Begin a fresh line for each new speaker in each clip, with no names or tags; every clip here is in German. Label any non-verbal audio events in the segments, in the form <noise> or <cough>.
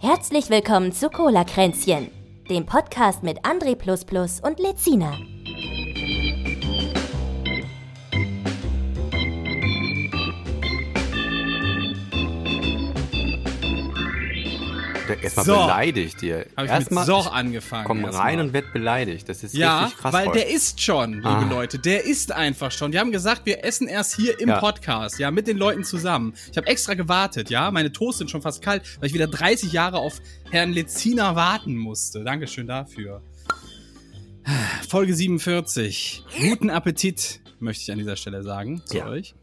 Herzlich willkommen zu Cola Kränzchen, dem Podcast mit André und Lezina.
Der- Erstmal
So.
beleidigt ihr.
Habe ich
Erstmal
mit Soch angefangen.
komm
erstmal.
rein und werd beleidigt. Das ist
ja,
richtig krass.
weil
heute.
der ist schon, liebe
Ah.
Leute, der ist einfach schon. Wir haben gesagt, wir essen erst hier im
Ja.
Podcast, ja, mit den Leuten zusammen. Ich habe extra gewartet, ja, meine Toast sind schon fast kalt, weil ich wieder 30 Jahre auf Herrn Lezina warten musste. Dankeschön dafür. Folge 47. Guten Appetit, möchte ich an dieser Stelle sagen zu
Ja.
euch.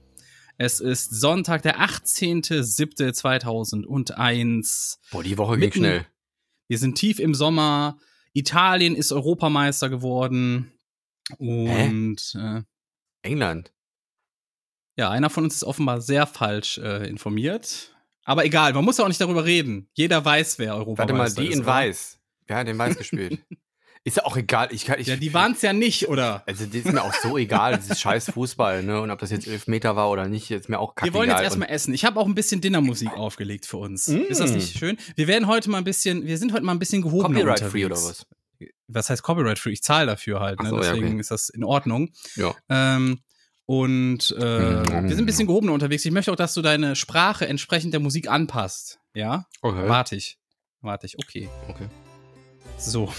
Es ist Sonntag, der 18.07.2001.
Boah, die Woche ging
Mitten-
schnell.
Wir sind tief im Sommer. Italien ist Europameister geworden. Und äh,
England.
ja, einer von uns ist offenbar sehr falsch äh, informiert. Aber egal, man muss ja auch nicht darüber reden. Jeder weiß, wer
Warte
Europameister
mal,
ist.
die in
oder?
Weiß. Wer hat in Weiß gespielt?
<laughs>
Ist ja auch egal. Ich kann, ich,
Ja, die waren es ja nicht, oder?
Also, das <laughs> ist mir auch so egal. Das ist scheiß Fußball, ne? Und ob das jetzt Elfmeter war oder nicht, ist mir auch kacke.
Wir wollen jetzt erstmal essen. Ich habe auch ein bisschen Dinnermusik aufgelegt für uns.
Mm.
Ist das nicht schön? Wir werden heute mal ein bisschen, wir sind heute mal ein bisschen gehoben.
Copyright-free oder was?
was heißt Copyright Free? Ich zahle dafür halt, ne?
Ach so, ja,
deswegen
okay.
ist das in Ordnung.
Ja.
Ähm, und äh,
Mhm.
wir sind ein bisschen gehobener unterwegs. Ich möchte auch, dass du deine Sprache entsprechend der Musik anpasst. Ja?
Okay.
Warte ich. Warte ich, okay.
Okay.
So,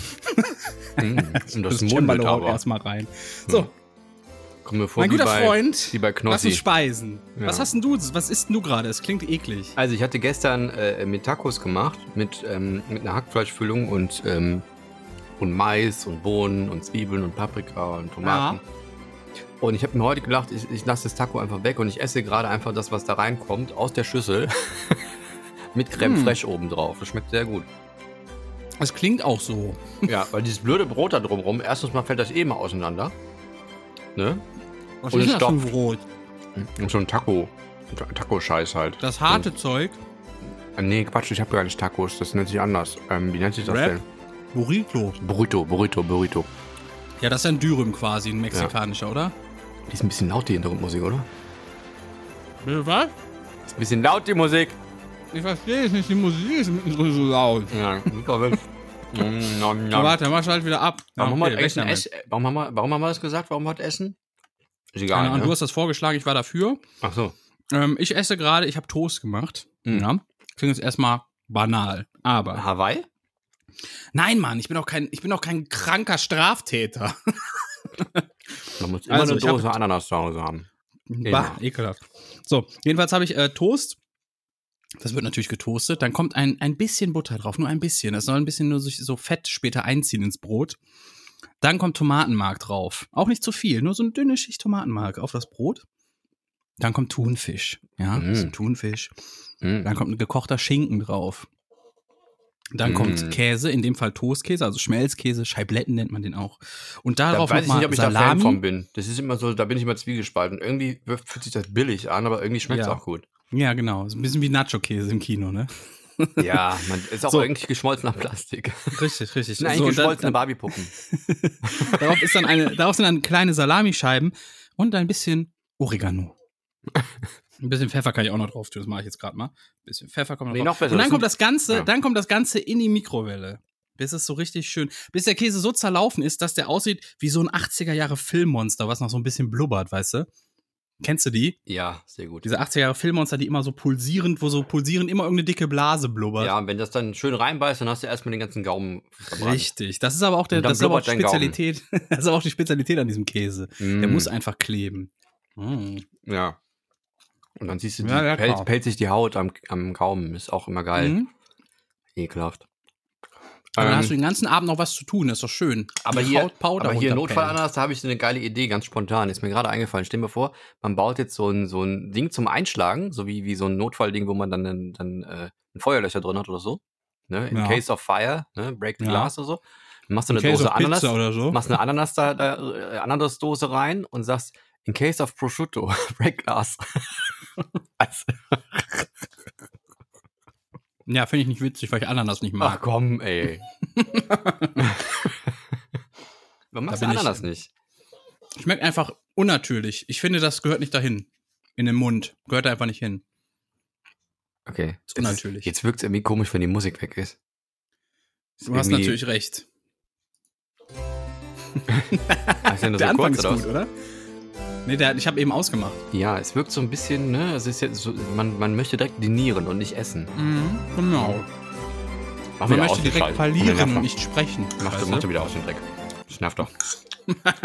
Mm,
<laughs>
Und das mundet
Cembalo haut
aber.
erstmal rein. So,
Mhm. Komm mir vor,
mein
wie
guter
bei,
Freund,
Wie bei
lass uns
Knossi.
speisen.
Ja.
Was hast denn du? Was isst denn du gerade? Es klingt eklig.
Also ich hatte gestern äh, mit Tacos gemacht, mit, ähm, mit einer Hackfleischfüllung und, ähm, und Mais und Bohnen und Zwiebeln und Paprika und Tomaten. Und ich habe mir heute gedacht, ich, ich lasse das Taco einfach weg und ich esse gerade einfach das, was da reinkommt, aus der Schüssel. <laughs> mit Creme
Hm.
Fraiche oben drauf. Das schmeckt sehr gut.
Es klingt auch so.
Ja, weil dieses blöde Brot da drumrum, erstens mal fällt das eh mal auseinander. Ne?
Was
Und
ist das für ein
Stopp.
Brot?
Und so ein Taco. Ta- Taco-Scheiß halt.
Das harte Zeug?
Äh, Nee, Quatsch, ich habe gar nicht Tacos. Das nennt sich anders. Ähm, wie nennt sich das
Wrap?
denn?
Burrito.
Burrito, Burrito, Burrito.
Ja, das ist ja ein Dürüm quasi, ein mexikanischer, oder?
Die ist ein bisschen laut, die Hintergrundmusik, oder?
Äh, Was?
Ist ein bisschen laut, die Musik.
Ich verstehe es nicht, die Musik ist mittendrin so laut.
Ja, super Witz. Mm, <laughs> nom,
Ja.
nom.
Warte, dann machst du halt wieder ab.
Warum, haben
okay,
wir
weg
Essen,
damit.
Ess, warum, haben wir, warum haben wir das gesagt? Warum hat Essen? Ist
Keine
egal.
Ahnung, Genau, du
ne?
hast das vorgeschlagen, ich war dafür.
Ach so.
Ähm, ich esse gerade, ich habe Toast gemacht.
Mhm.
Ja. Klingt jetzt erstmal banal. Aber.
Hawaii?
Nein, Mann, ich bin auch kein, ich bin auch kein kranker Straftäter.
Man muss immer
Also,
eine
ich hab-
Dose Ananas zu Hause haben.
Bah, ekelhaft. So, jedenfalls habe ich äh, Toast. Das wird natürlich getoastet. Dann kommt ein, ein bisschen Butter drauf, nur ein bisschen. Das soll ein bisschen nur sich so Fett später einziehen ins Brot. Dann kommt Tomatenmark drauf. Auch nicht zu viel, nur so eine dünne Schicht Tomatenmark auf das Brot. Dann kommt Thunfisch. Ja,
Mm.
das ist ein Thunfisch.
Mm.
Dann kommt ein gekochter Schinken drauf. Dann
Mm.
kommt Käse, in dem Fall Toastkäse, also Schmelzkäse, Scheibletten nennt man den auch. Und
Da
darauf
weiß ich nicht,
nochmal
ob ich da Fan
Salami.
von bin. Das ist immer so, da bin ich immer zwiegespalten. Irgendwie wirft- fühlt sich das billig an, aber irgendwie schmeckt es
Ja.
auch
<laughs>
gut.
ja, genau. Ist ein bisschen wie Nacho-Käse im Kino, ne?
Ja, man ist auch
So.
eigentlich geschmolzener Plastik.
Richtig,
Das
richtig.
sind eigentlich
<laughs> So, und dann,
geschmolzene
dann,
Barbiepuppen.
darauf, ist dann eine, darauf sind dann kleine Salamischeiben und ein bisschen Oregano. Ein bisschen Pfeffer kann ich auch noch drauf tun, das mache ich jetzt gerade mal. Ein bisschen Pfeffer kommt noch
Nee,
drauf.
noch besser.
und dann
Das
kommt
sind-
das Ganze,
Ja.
dann kommt das Ganze in die Mikrowelle. Bis es so richtig schön, bis der Käse so zerlaufen ist, dass der aussieht wie so ein 80er Jahre Filmmonster, was noch so ein bisschen blubbert, weißt du? Kennst du die?
Ja, sehr gut.
Diese 80er Jahre Filmmonster, die immer so pulsierend, wo so pulsierend immer irgendeine dicke Blase blubbert.
Ja, und wenn das dann schön reinbeißt, dann hast du erstmal den ganzen Gaumen verbrannt.
Richtig, das ist aber auch der,
Und dann
das ist aber auch
blubbert
die
dein Gaumen.
Spezialität. <laughs> Das ist aber auch die Spezialität an diesem Käse. Der
Mm.
muss einfach kleben. Mm.
Ja. Und dann siehst du, die,
Ja, ja,
pellt,
klar.
pellt sich die Haut am, am Gaumen. Ist auch immer geil.
Mhm.
Ekelhaft.
Und dann
Ähm,
hast du den ganzen Abend noch was zu tun, das ist doch schön.
aber
Die
hier,
Haut Powder
aber hier
runterpellen.
Notfall anders, da habe ich so eine geile Idee, ganz spontan. Ist mir gerade eingefallen. Stell mir vor, man baut jetzt so ein, so ein Ding zum Einschlagen, so wie, wie so ein Notfallding, wo man dann, dann, dann äh, ein Feuerlöcher drin hat oder so. Ne? In
Ja.
case of fire, ne? break the
Ja.
glass oder so. Dann machst du
In
eine
case
Dose
of
Ananas,
Pizza oder so.
machst eine Ananas da, da äh, Ananasdose rein und sagst, in case of prosciutto, <laughs> break glass. also,
Ja, finde ich nicht witzig, weil ich Ananas nicht
Ach
mag.
komm, <laughs> ey. Warum magst
Da
du
bin ich-
Ananas nicht?
Schmeckt einfach unnatürlich. Ich finde, das gehört nicht dahin. In den Mund. Gehört da einfach nicht hin.
Okay.
Ist unnatürlich.
Jetzt wirkt es irgendwie komisch, wenn die Musik weg ist.
Du hast
Irgendwie-
natürlich recht.
<laughs> Hast du nur
der
so
Anfang
kurz,
ist
oder
gut,
was?
oder? Nee, der, ich habe eben ausgemacht.
Ja, es wirkt so ein bisschen, ne? Es ist jetzt so, man, man möchte direkt dinieren und nicht essen.
Mhm, genau.
Mach
Man
wieder
möchte
aus,
direkt
Scheiße.
parlieren
Nervt
und
doch.
nicht sprechen.
Mach doch,
weißt
mach
du?
doch wieder aus dem Dreck. Das nervt
<laughs>
doch.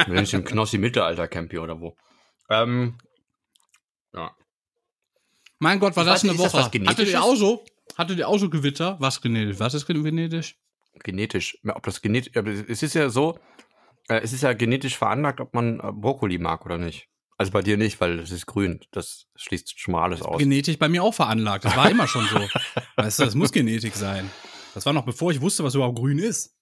Wir sind im Knossi Mittelalter-Camp hier oder wo. Ähm, ja.
mein Gott, war
Ich
das
weiß
eine
nicht, ist das
Woche.
was Genetisches?
Hattet ihr auch so? Hattet ihr auch so Gewitter? Was genetisch? Was ist genetisch?
Genetisch. Ja, Ob das genetisch. Es ist ja so, äh, es ist ja genetisch veranlagt, ob man äh, Brokkoli mag oder nicht. Also bei dir nicht, weil es ist grün. Das schließt schon mal alles aus.
Genetisch bei mir auch veranlagt. Das war immer schon
<laughs>
so. Weißt du, das muss Genetik sein. Das war noch bevor ich wusste, was überhaupt grün ist.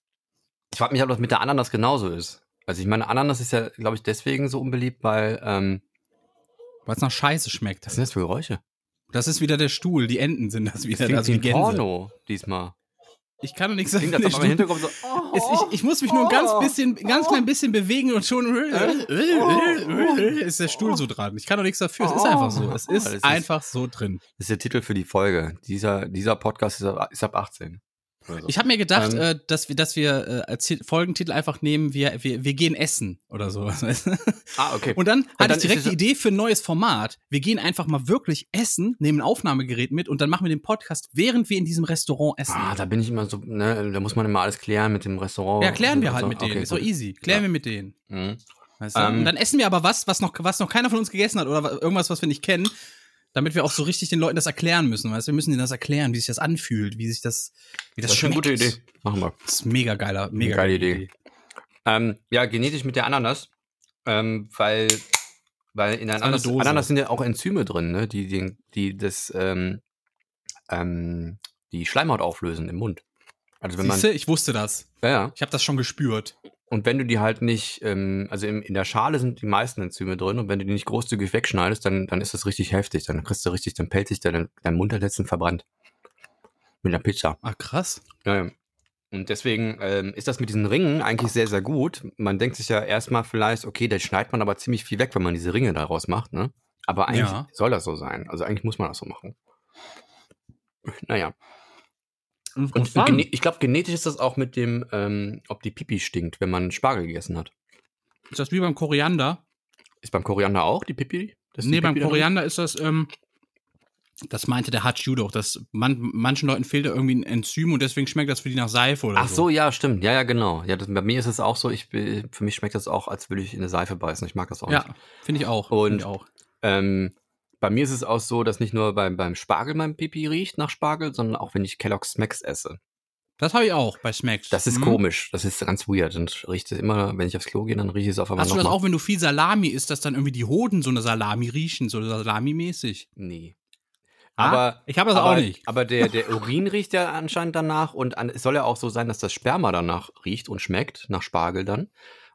Ich frage mich, ob das mit der Ananas genauso ist. Also ich meine, Ananas ist ja, glaube ich, deswegen so unbeliebt, weil, ähm,
Weil es nach Scheiße schmeckt.
was sind das für Geräusche?
Das ist wieder der Stuhl. Die Enten sind das wieder.
Klingt
also
wie
die
ein
Gänse.
Porno diesmal.
Ich kann doch nichts sagen.
Klingt, als ob am
Ich,
Hintergrund so, oh,
ich, ich muss mich nur ein ganz bisschen, ganz klein bisschen bewegen und schon
Oh.
ist der Stuhl so dran. Ich kann doch nichts dafür. Es ist einfach so. Es
Das ist-
ist einfach so drin.
Das ist der Titel für die Folge. Dieser, dieser Podcast ist ab, ist ab 18. Oder so.
Ich habe mir gedacht,
Ähm.
äh, dass wir, dass wir äh, als Ti- Folgentitel einfach nehmen, wir, wir, wir gehen essen oder so. <laughs> weißt du?
ah, okay.
Und dann hatte
dann
ich
ist
direkt
es-
die Idee für ein neues Format. Wir gehen einfach mal wirklich essen, nehmen ein Aufnahmegerät mit und dann machen wir den Podcast, während wir in diesem Restaurant essen.
ah, da bin ich immer so, ne, da muss man immer alles klären mit dem Restaurant.
ja, klären wir
Und
halt
so.
mit denen.
Okay,
ist so
gut.
easy. Klären
Ja.
wir mit denen.
Mhm.
Weißt du?
Ähm.
und dann essen wir aber was, was noch, was noch keiner von uns gegessen hat oder wa- irgendwas, was wir nicht kennen, damit wir auch so richtig den Leuten das erklären müssen. Weißt? du? Wir müssen denen das erklären, wie sich das anfühlt, wie sich das, wie das,
Das ist eine
schmeckt.
gute Idee. Machen wir.
Das ist mega geiler, mega
Geile
geile
Idee.
Idee.
Ähm, ja, genetisch mit der Ananas, ähm, weil, weil in der
eine
Ananas,
Dose.
Ananas sind ja auch Enzyme drin, ne? die, die, die das ähm, ähm, die Schleimhaut auflösen im Mund. Also wenn man,
Siehste, ich wusste das.
ja, ja.
Ich habe das schon gespürt.
Und wenn du die halt nicht, ähm, also in, in der Schale sind die meisten Enzyme drin und wenn du die nicht großzügig wegschneidest, dann, dann ist das richtig heftig. Dann kriegst du richtig, dann pellt sich dein, dein Mund am letzten verbrannt. Mit einer Pizza.
Ah, krass.
Ja, ja. Und deswegen ähm, ist das mit diesen Ringen eigentlich sehr, sehr gut. Man denkt sich ja erstmal vielleicht, okay, da schneidet man aber ziemlich viel weg, wenn man diese Ringe daraus macht, ne? Aber eigentlich
Ja.
soll das so sein. Also eigentlich muss man das so machen. Naja. Und
Fun.
gene- ich glaube, genetisch ist das auch mit dem, ähm, ob die Pipi stinkt, wenn man Spargel gegessen hat.
ist das wie beim Koriander?
Ist beim Koriander auch die Pipi? dass die
nee, beim
Pipi da drin
Koriander ist das, ähm, das meinte der Hutch Judo, dass man, manchen Leuten fehlt da irgendwie ein Enzym und deswegen schmeckt das für die nach Seife
ist?
oder
Ach so, ja, stimmt. Ja, ja, genau. Ja, das, bei mir ist es auch so, ich, bin- für mich schmeckt das auch, als würde ich in eine Seife beißen. Ich mag das auch nicht.
Ja, finde ich auch.
Und-
finde ich auch.
Ähm, bei mir ist es auch so, dass nicht nur beim, beim Spargel mein Pipi riecht nach Spargel, sondern auch wenn ich Kellogg's Smacks esse.
Das habe ich auch bei Smacks.
Das ist
Mhm.
komisch. Das ist ganz weird. Dann riecht es immer, wenn ich aufs Klo gehe, dann rieche ich es auf einmal
Hast du das
nochmal.
auch, wenn du viel Salami isst, dass dann irgendwie die Hoden so eine Salami riechen, so salamimäßig?
Nee.
Ah,
Aber,
ich habe das
aber,
auch nicht.
Aber der, der Urin riecht ja anscheinend danach und an, es soll ja auch so sein, dass das Sperma danach riecht und schmeckt, nach Spargel dann.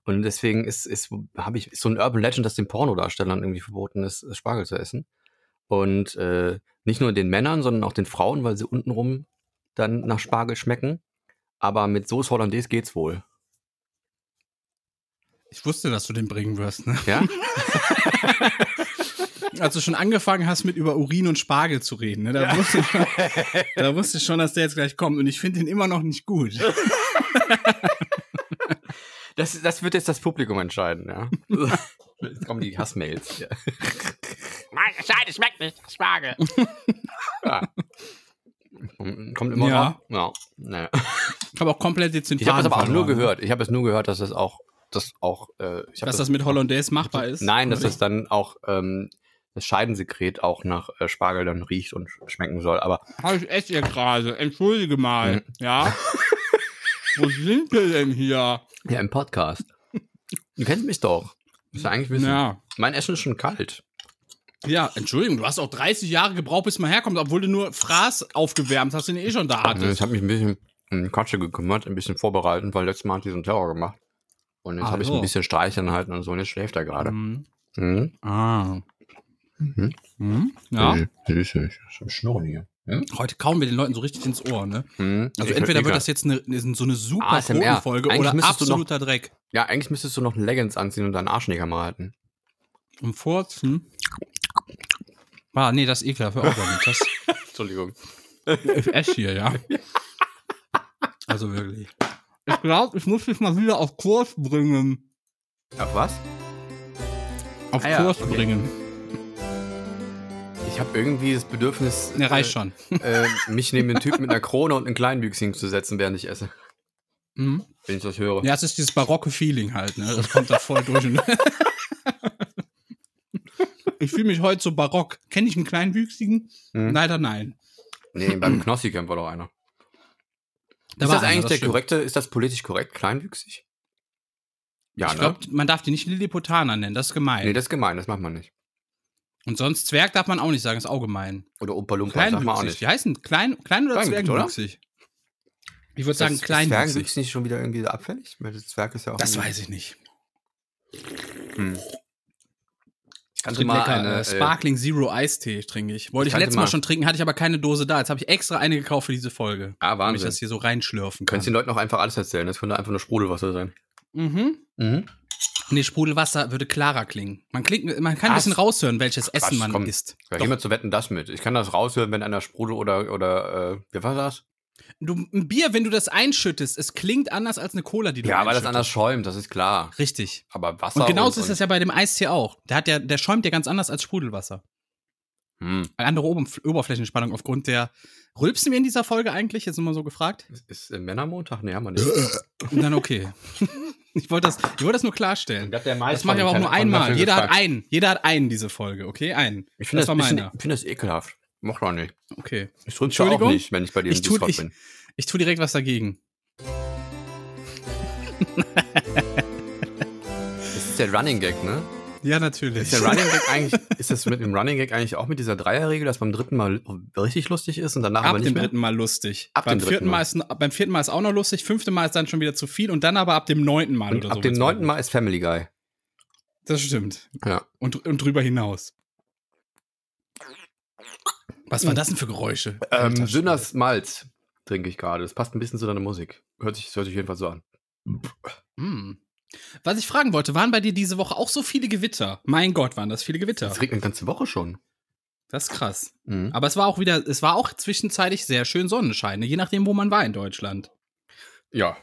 Und deswegen ist, ist, hab ich, ist so ein Urban Legend, dass den Pornodarstellern irgendwie verboten ist, Spargel zu essen. Und äh, nicht nur den Männern, sondern auch den Frauen, weil sie untenrum dann nach Spargel schmecken. Aber mit Soße Hollandaise geht's wohl.
Ich wusste, dass du den bringen wirst, ne?
Ja?
<laughs> Als du schon angefangen hast, mit über Urin und Spargel zu reden, ne? Da, wusste,
<laughs>
ich schon, da wusste ich schon, dass der jetzt gleich kommt und ich finde den immer noch
<laughs>
nicht gut.
<laughs> Das, das wird jetzt das Publikum entscheiden, ja. <laughs> Jetzt kommen die Hassmails. Ja.
Meine Scheide schmeckt nicht nach Spargel.
Kommt immer
Ja.
noch. Ja. Naja.
Ich habe auch komplett jetzt den
Ich habe es
Faden
aber auch nur
verloren.
gehört. Ich habe es nur gehört, dass das auch, dass auch, äh, ich hab
ne? Dass das mit Hollandaise machbar ist?
Nein, dass das dann auch ähm, das Scheidensekret auch nach äh, Spargel dann riecht und sch- schmecken soll. Aber
Hab ich echt ihr gerade. Entschuldige
Mhm.
mal.
<laughs>
Ja? Wo sind wir denn hier?
ja, im
<laughs>
Podcast. du kennst mich doch. Muss ja eigentlich wissen.
Ja.
Mein Essen ist schon kalt.
Ja, Entschuldigung, du hast auch 30 Jahre gebraucht, bis man herkommt, obwohl du nur Fraß aufgewärmt hast, den du eh schon da
Also ich
hattest.
habe mich ein bisschen um Katsche gekümmert, ein bisschen vorbereitet, weil letztes Mal hat die so einen Terror gemacht. Und jetzt habe ich
Hallo.
ein bisschen streicheln halten und so. Und jetzt schläft er gerade.
Also. Mhm.
Mhm.
Ah. Mhm. Ja.
Mhm. Süß, süß. Schon Schnurren hier. Mhm.
Heute kauen wir den Leuten so richtig ins Ohr, ne?
Mhm.
Also
Ich-
entweder
ich-
wird das jetzt eine, so eine super
ASMR.
Quotenfolge
Eigentlich
oder
müsstest du noch-
absoluter Dreck.
Ja, eigentlich müsstest du noch Leggings anziehen und deinen Arsch in die Kamera halten.
Und
Um
Furzen. Ah, nee, das ist ekelhaft. Hör auf damit. Das
<laughs> Entschuldigung.
ist Ash hier, ja. Also wirklich.
Ich glaube, ich muss dich mal wieder auf Kurs bringen.
Auf was?
Auf
Ah ja,
Kurs
okay.
bringen.
Ich habe irgendwie das Bedürfnis,
Ne, reicht schon.
Äh, äh, mich neben den Typ mit einer Krone und einem Kleinwüchsigen zu setzen, während ich esse,
Mhm.
wenn ich das höre.
Ja, es ist dieses barocke Feeling halt, ne? Das kommt da voll
<laughs>
durch. Und ich fühle mich heute so barock. Kenne ich einen kleinwüchsigen?
Hm.
Leider nein.
Nee,
<clears throat>
beim Knossi-Camp war doch einer.
Da
ist
war
das
einer,
eigentlich der
stimmt.
korrekte, ist das politisch korrekt, kleinwüchsig? Ja, ne?
ich glaube, man darf die nicht Lilliputaner nennen, das ist gemein.
Nee, das ist gemein, das macht man nicht.
Und sonst Zwerg darf man auch nicht sagen, ist auch gemein.
Oder Opa Lumpa, sagt man auch
Kleinwüchsig.
nicht.
Die heißen klein, klein oder
Kleinwüchsig,
zwergwüchsig? Ich würde sagen
Ist das
kleinwüchsig.
Zwergenwüchs nicht schon wieder irgendwie so abfällig? Weil das Zwerg ist ja auch.
Das weiß ich nicht.
Hm. Kannst du
Trink
mal
lecker
eine,
äh,
äh,
Sparkling Zero Eistee trinke ich. Wollte ich
Kannst du
letztes Mal
mal-
schon trinken, hatte ich aber keine Dose da. Jetzt habe ich extra eine gekauft für diese Folge.
Ah,
Damit ich
Wahnsinn.
das hier so reinschlürfen kann.
Könntest du den Leuten auch einfach alles erzählen. Das könnte einfach nur Sprudelwasser sein.
Mhm.
Mhm.
Nee, Sprudelwasser würde klarer klingen. Man, klingt, man kann ein
Was?
bisschen raushören, welches
Quatsch,
Essen man
komm.
isst.
Ja,
Doch.
gehen wir zu Wetten, das mit. Ich kann das raushören, wenn einer Sprudel oder, oder äh, wer war das?
Du, ein Bier, wenn du das einschüttest, es klingt anders als eine Cola, die du
Ja, weil das
einschüttest.
anders schäumt, das ist klar.
Richtig.
Aber Wasser.
Und genauso ist das ja bei dem Eistee auch. Der, hat ja, der schäumt ja ganz anders als Sprudelwasser.
Hm.
Eine andere Oberf Oberflächenspannung aufgrund der. Rülpsen wir in dieser Folge eigentlich? Jetzt sind wir so gefragt.
Ist, ist äh, Männermontag? Nee, haben wir nicht.
Und dann okay. <laughs> ich wollte das, ich wollte das nur klarstellen.
hat der Mais
Das mache ich aber auch
von-
nur
von
einmal.
Löffel
Jeder hat
gefragt.
einen. Jeder hat einen diese Folge, okay? Einen.
Ich finde
das
das,
war
ein bisschen-
meiner.
ich finde das ekelhaft. Mach doch nicht.
Okay.
Ich drück's ja auch
Entschuldigung?
nicht, wenn ich bei dir im
Ich tu-
Discord
ich-
bin.
Ich tue direkt was dagegen.
Das ist der Running Gag, ne?
Ja, natürlich.
Ist der Running Gag eigentlich, ist das mit dem Running Gag eigentlich auch mit dieser Dreierregel, dass beim dritten Mal richtig lustig ist und danach
ab
aber nicht
dem
mehr?
dritten Mal lustig.
Ab
beim,
dem dritten
vierten Mal.
Mal.
ist, beim vierten Mal ist auch noch lustig, fünfte Mal ist dann schon wieder zu viel und dann aber ab dem neunten Mal
Und
oder so.
ab dem
wird's
neunten
gut.
Mal ist Family Guy.
Das stimmt.
Ja.
Und, und drüber hinaus. Was war das denn für Geräusche?
Ähm,
Alter
Sünders Malz trinke ich gerade. Das passt ein bisschen zu deiner Musik. Hört sich, das hört sich jedenfalls so an.
Hm. Was ich fragen wollte, waren bei dir diese Woche auch so viele Gewitter? Mein Gott, waren das viele Gewitter.
Es regnet eine ganze Woche schon.
Das ist krass.
Mhm.
Aber es war auch wieder, es war auch zwischenzeitlich sehr schön Sonnenschein, ne? je nachdem, wo man war in Deutschland.
Ja.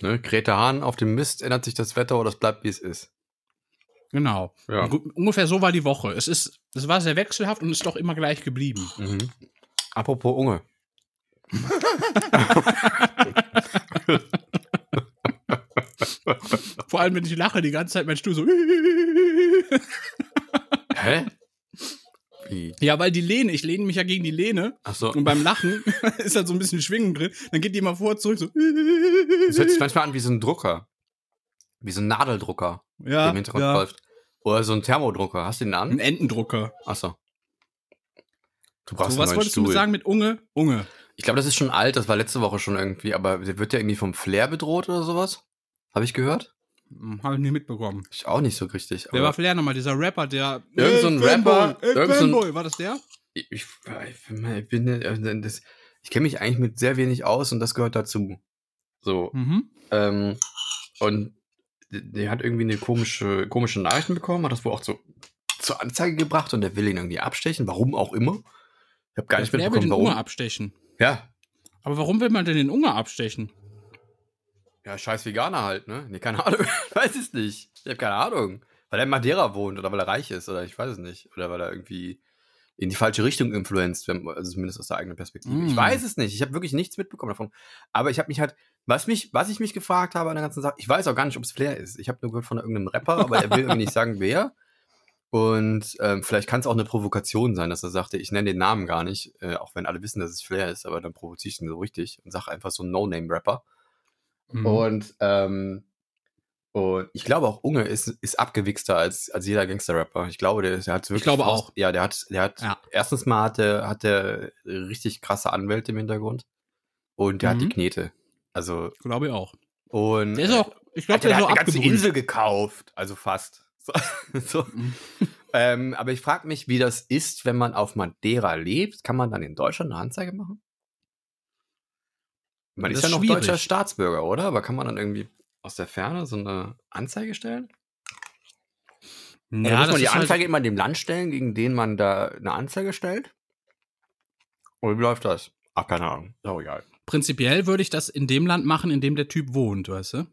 Ne, Grete Hahn auf dem Mist ändert sich das Wetter oder es bleibt wie es ist.
Genau.
Ja.
Gut, Ungefähr so war die Woche. Es ist, es war sehr wechselhaft und ist doch immer gleich geblieben.
Mhm. Apropos Unge.
Vor allem, wenn ich lache, die ganze Zeit mein Stuhl so. <laughs>
Hä? Wie?
Ja, weil die Lehne, ich lehne mich ja gegen die Lehne
Achso,
und beim Lachen <laughs> ist halt so ein bisschen Schwingung drin. Dann geht die immer vor, zurück, so.
es
<laughs>
hört sich manchmal an wie so ein Drucker. Wie so ein Nadeldrucker, der
Ja,
im Hintergrund
ja.
läuft. Oder so ein Thermodrucker. Hast du den
Ein
an?
Entendrucker.
Achso. Du brauchst
So,
einen
was
neuen
wolltest du
Stuhl.
sagen mit Unge? Unge.
Ich glaube, das ist schon alt, das war letzte Woche schon irgendwie, aber der wird ja irgendwie vom Flair bedroht oder sowas. Habe ich gehört?
Hm, Hab ich nie mitbekommen.
Ich auch nicht so richtig.
Wer war
Aber
vielleicht nochmal dieser Rapper, der.
Irgend so ein Rapper,
Fanboy, ey,
irgend so ein-
Fanboy, war das der?
ich, ich, ich bin, äh, das- ich kenne mich eigentlich mit sehr wenig aus und das gehört dazu. So,
Mhm.
Ähm, und der- der hat irgendwie eine komische, komische Nachrichten bekommen, hat das wohl auch zu, zur Anzeige gebracht und der will ihn irgendwie abstechen, warum auch immer. Ich habe gar nicht
Wer will
mitbekommen,
den Unge
warum.
abstechen?
Ja.
Aber warum will man denn den Unge abstechen?
ja, scheiß Veganer halt, ne? Nee, keine Ahnung. <laughs> Ich weiß es nicht. Ich habe keine Ahnung. Weil er in Madeira wohnt oder weil er reich ist oder ich weiß es nicht. Oder weil er irgendwie in die falsche Richtung influenzt, wenn- also zumindest aus der eigenen Perspektive.
Mm.
Ich weiß es nicht. Ich habe wirklich nichts mitbekommen davon. Aber ich habe mich halt, was, mich, was ich mich gefragt habe an der ganzen Sache, ich weiß auch gar nicht, ob es Flair ist. Ich habe nur gehört von irgendeinem Rapper, aber er will irgendwie nicht sagen, wer. Und ähm, vielleicht kann es auch eine Provokation sein, dass er sagte, ich nenne den Namen gar nicht, äh, auch wenn alle wissen, dass es Flair ist, aber dann provoziere ich ihn so richtig und sage einfach so einen No-Name-Rapper.
Mhm.
Und, ähm, und ich glaube auch Unge ist, ist abgewichster als, als jeder Gangster-Rapper. Ich glaube, der, ist- der hat wirklich.
glaube
Faust-
auch.
Ja, der hat, der hat,
Ja.
erstens mal hat der, hat der richtig krasse Anwälte im Hintergrund. Und der hat
Mhm.
die Knete. Also,
Glaube ich auch.
und.
Der ist auch, ich glaube,
Alter, der
der ist
hat
auch
eine ganze
abgebrüht.
Insel gekauft. Also fast. <laughs> So, so.
Mhm.
ähm, aber ich frage mich, wie das ist, wenn man auf Madeira lebt. Kann man dann in Deutschland eine Anzeige machen? Man
Das
ist ja
ist
noch
schwierig.
deutscher Staatsbürger, oder? Aber kann man dann irgendwie aus der Ferne so eine Anzeige stellen? Oder
Ja,
muss
das
man die
ist
Anzeige
halt,
immer dem Land stellen, gegen den man da eine Anzeige stellt? Oder wie läuft das? Ach, keine Ahnung. Ist auch egal.
Prinzipiell würde ich das in dem Land machen, in dem der Typ wohnt, weißt du?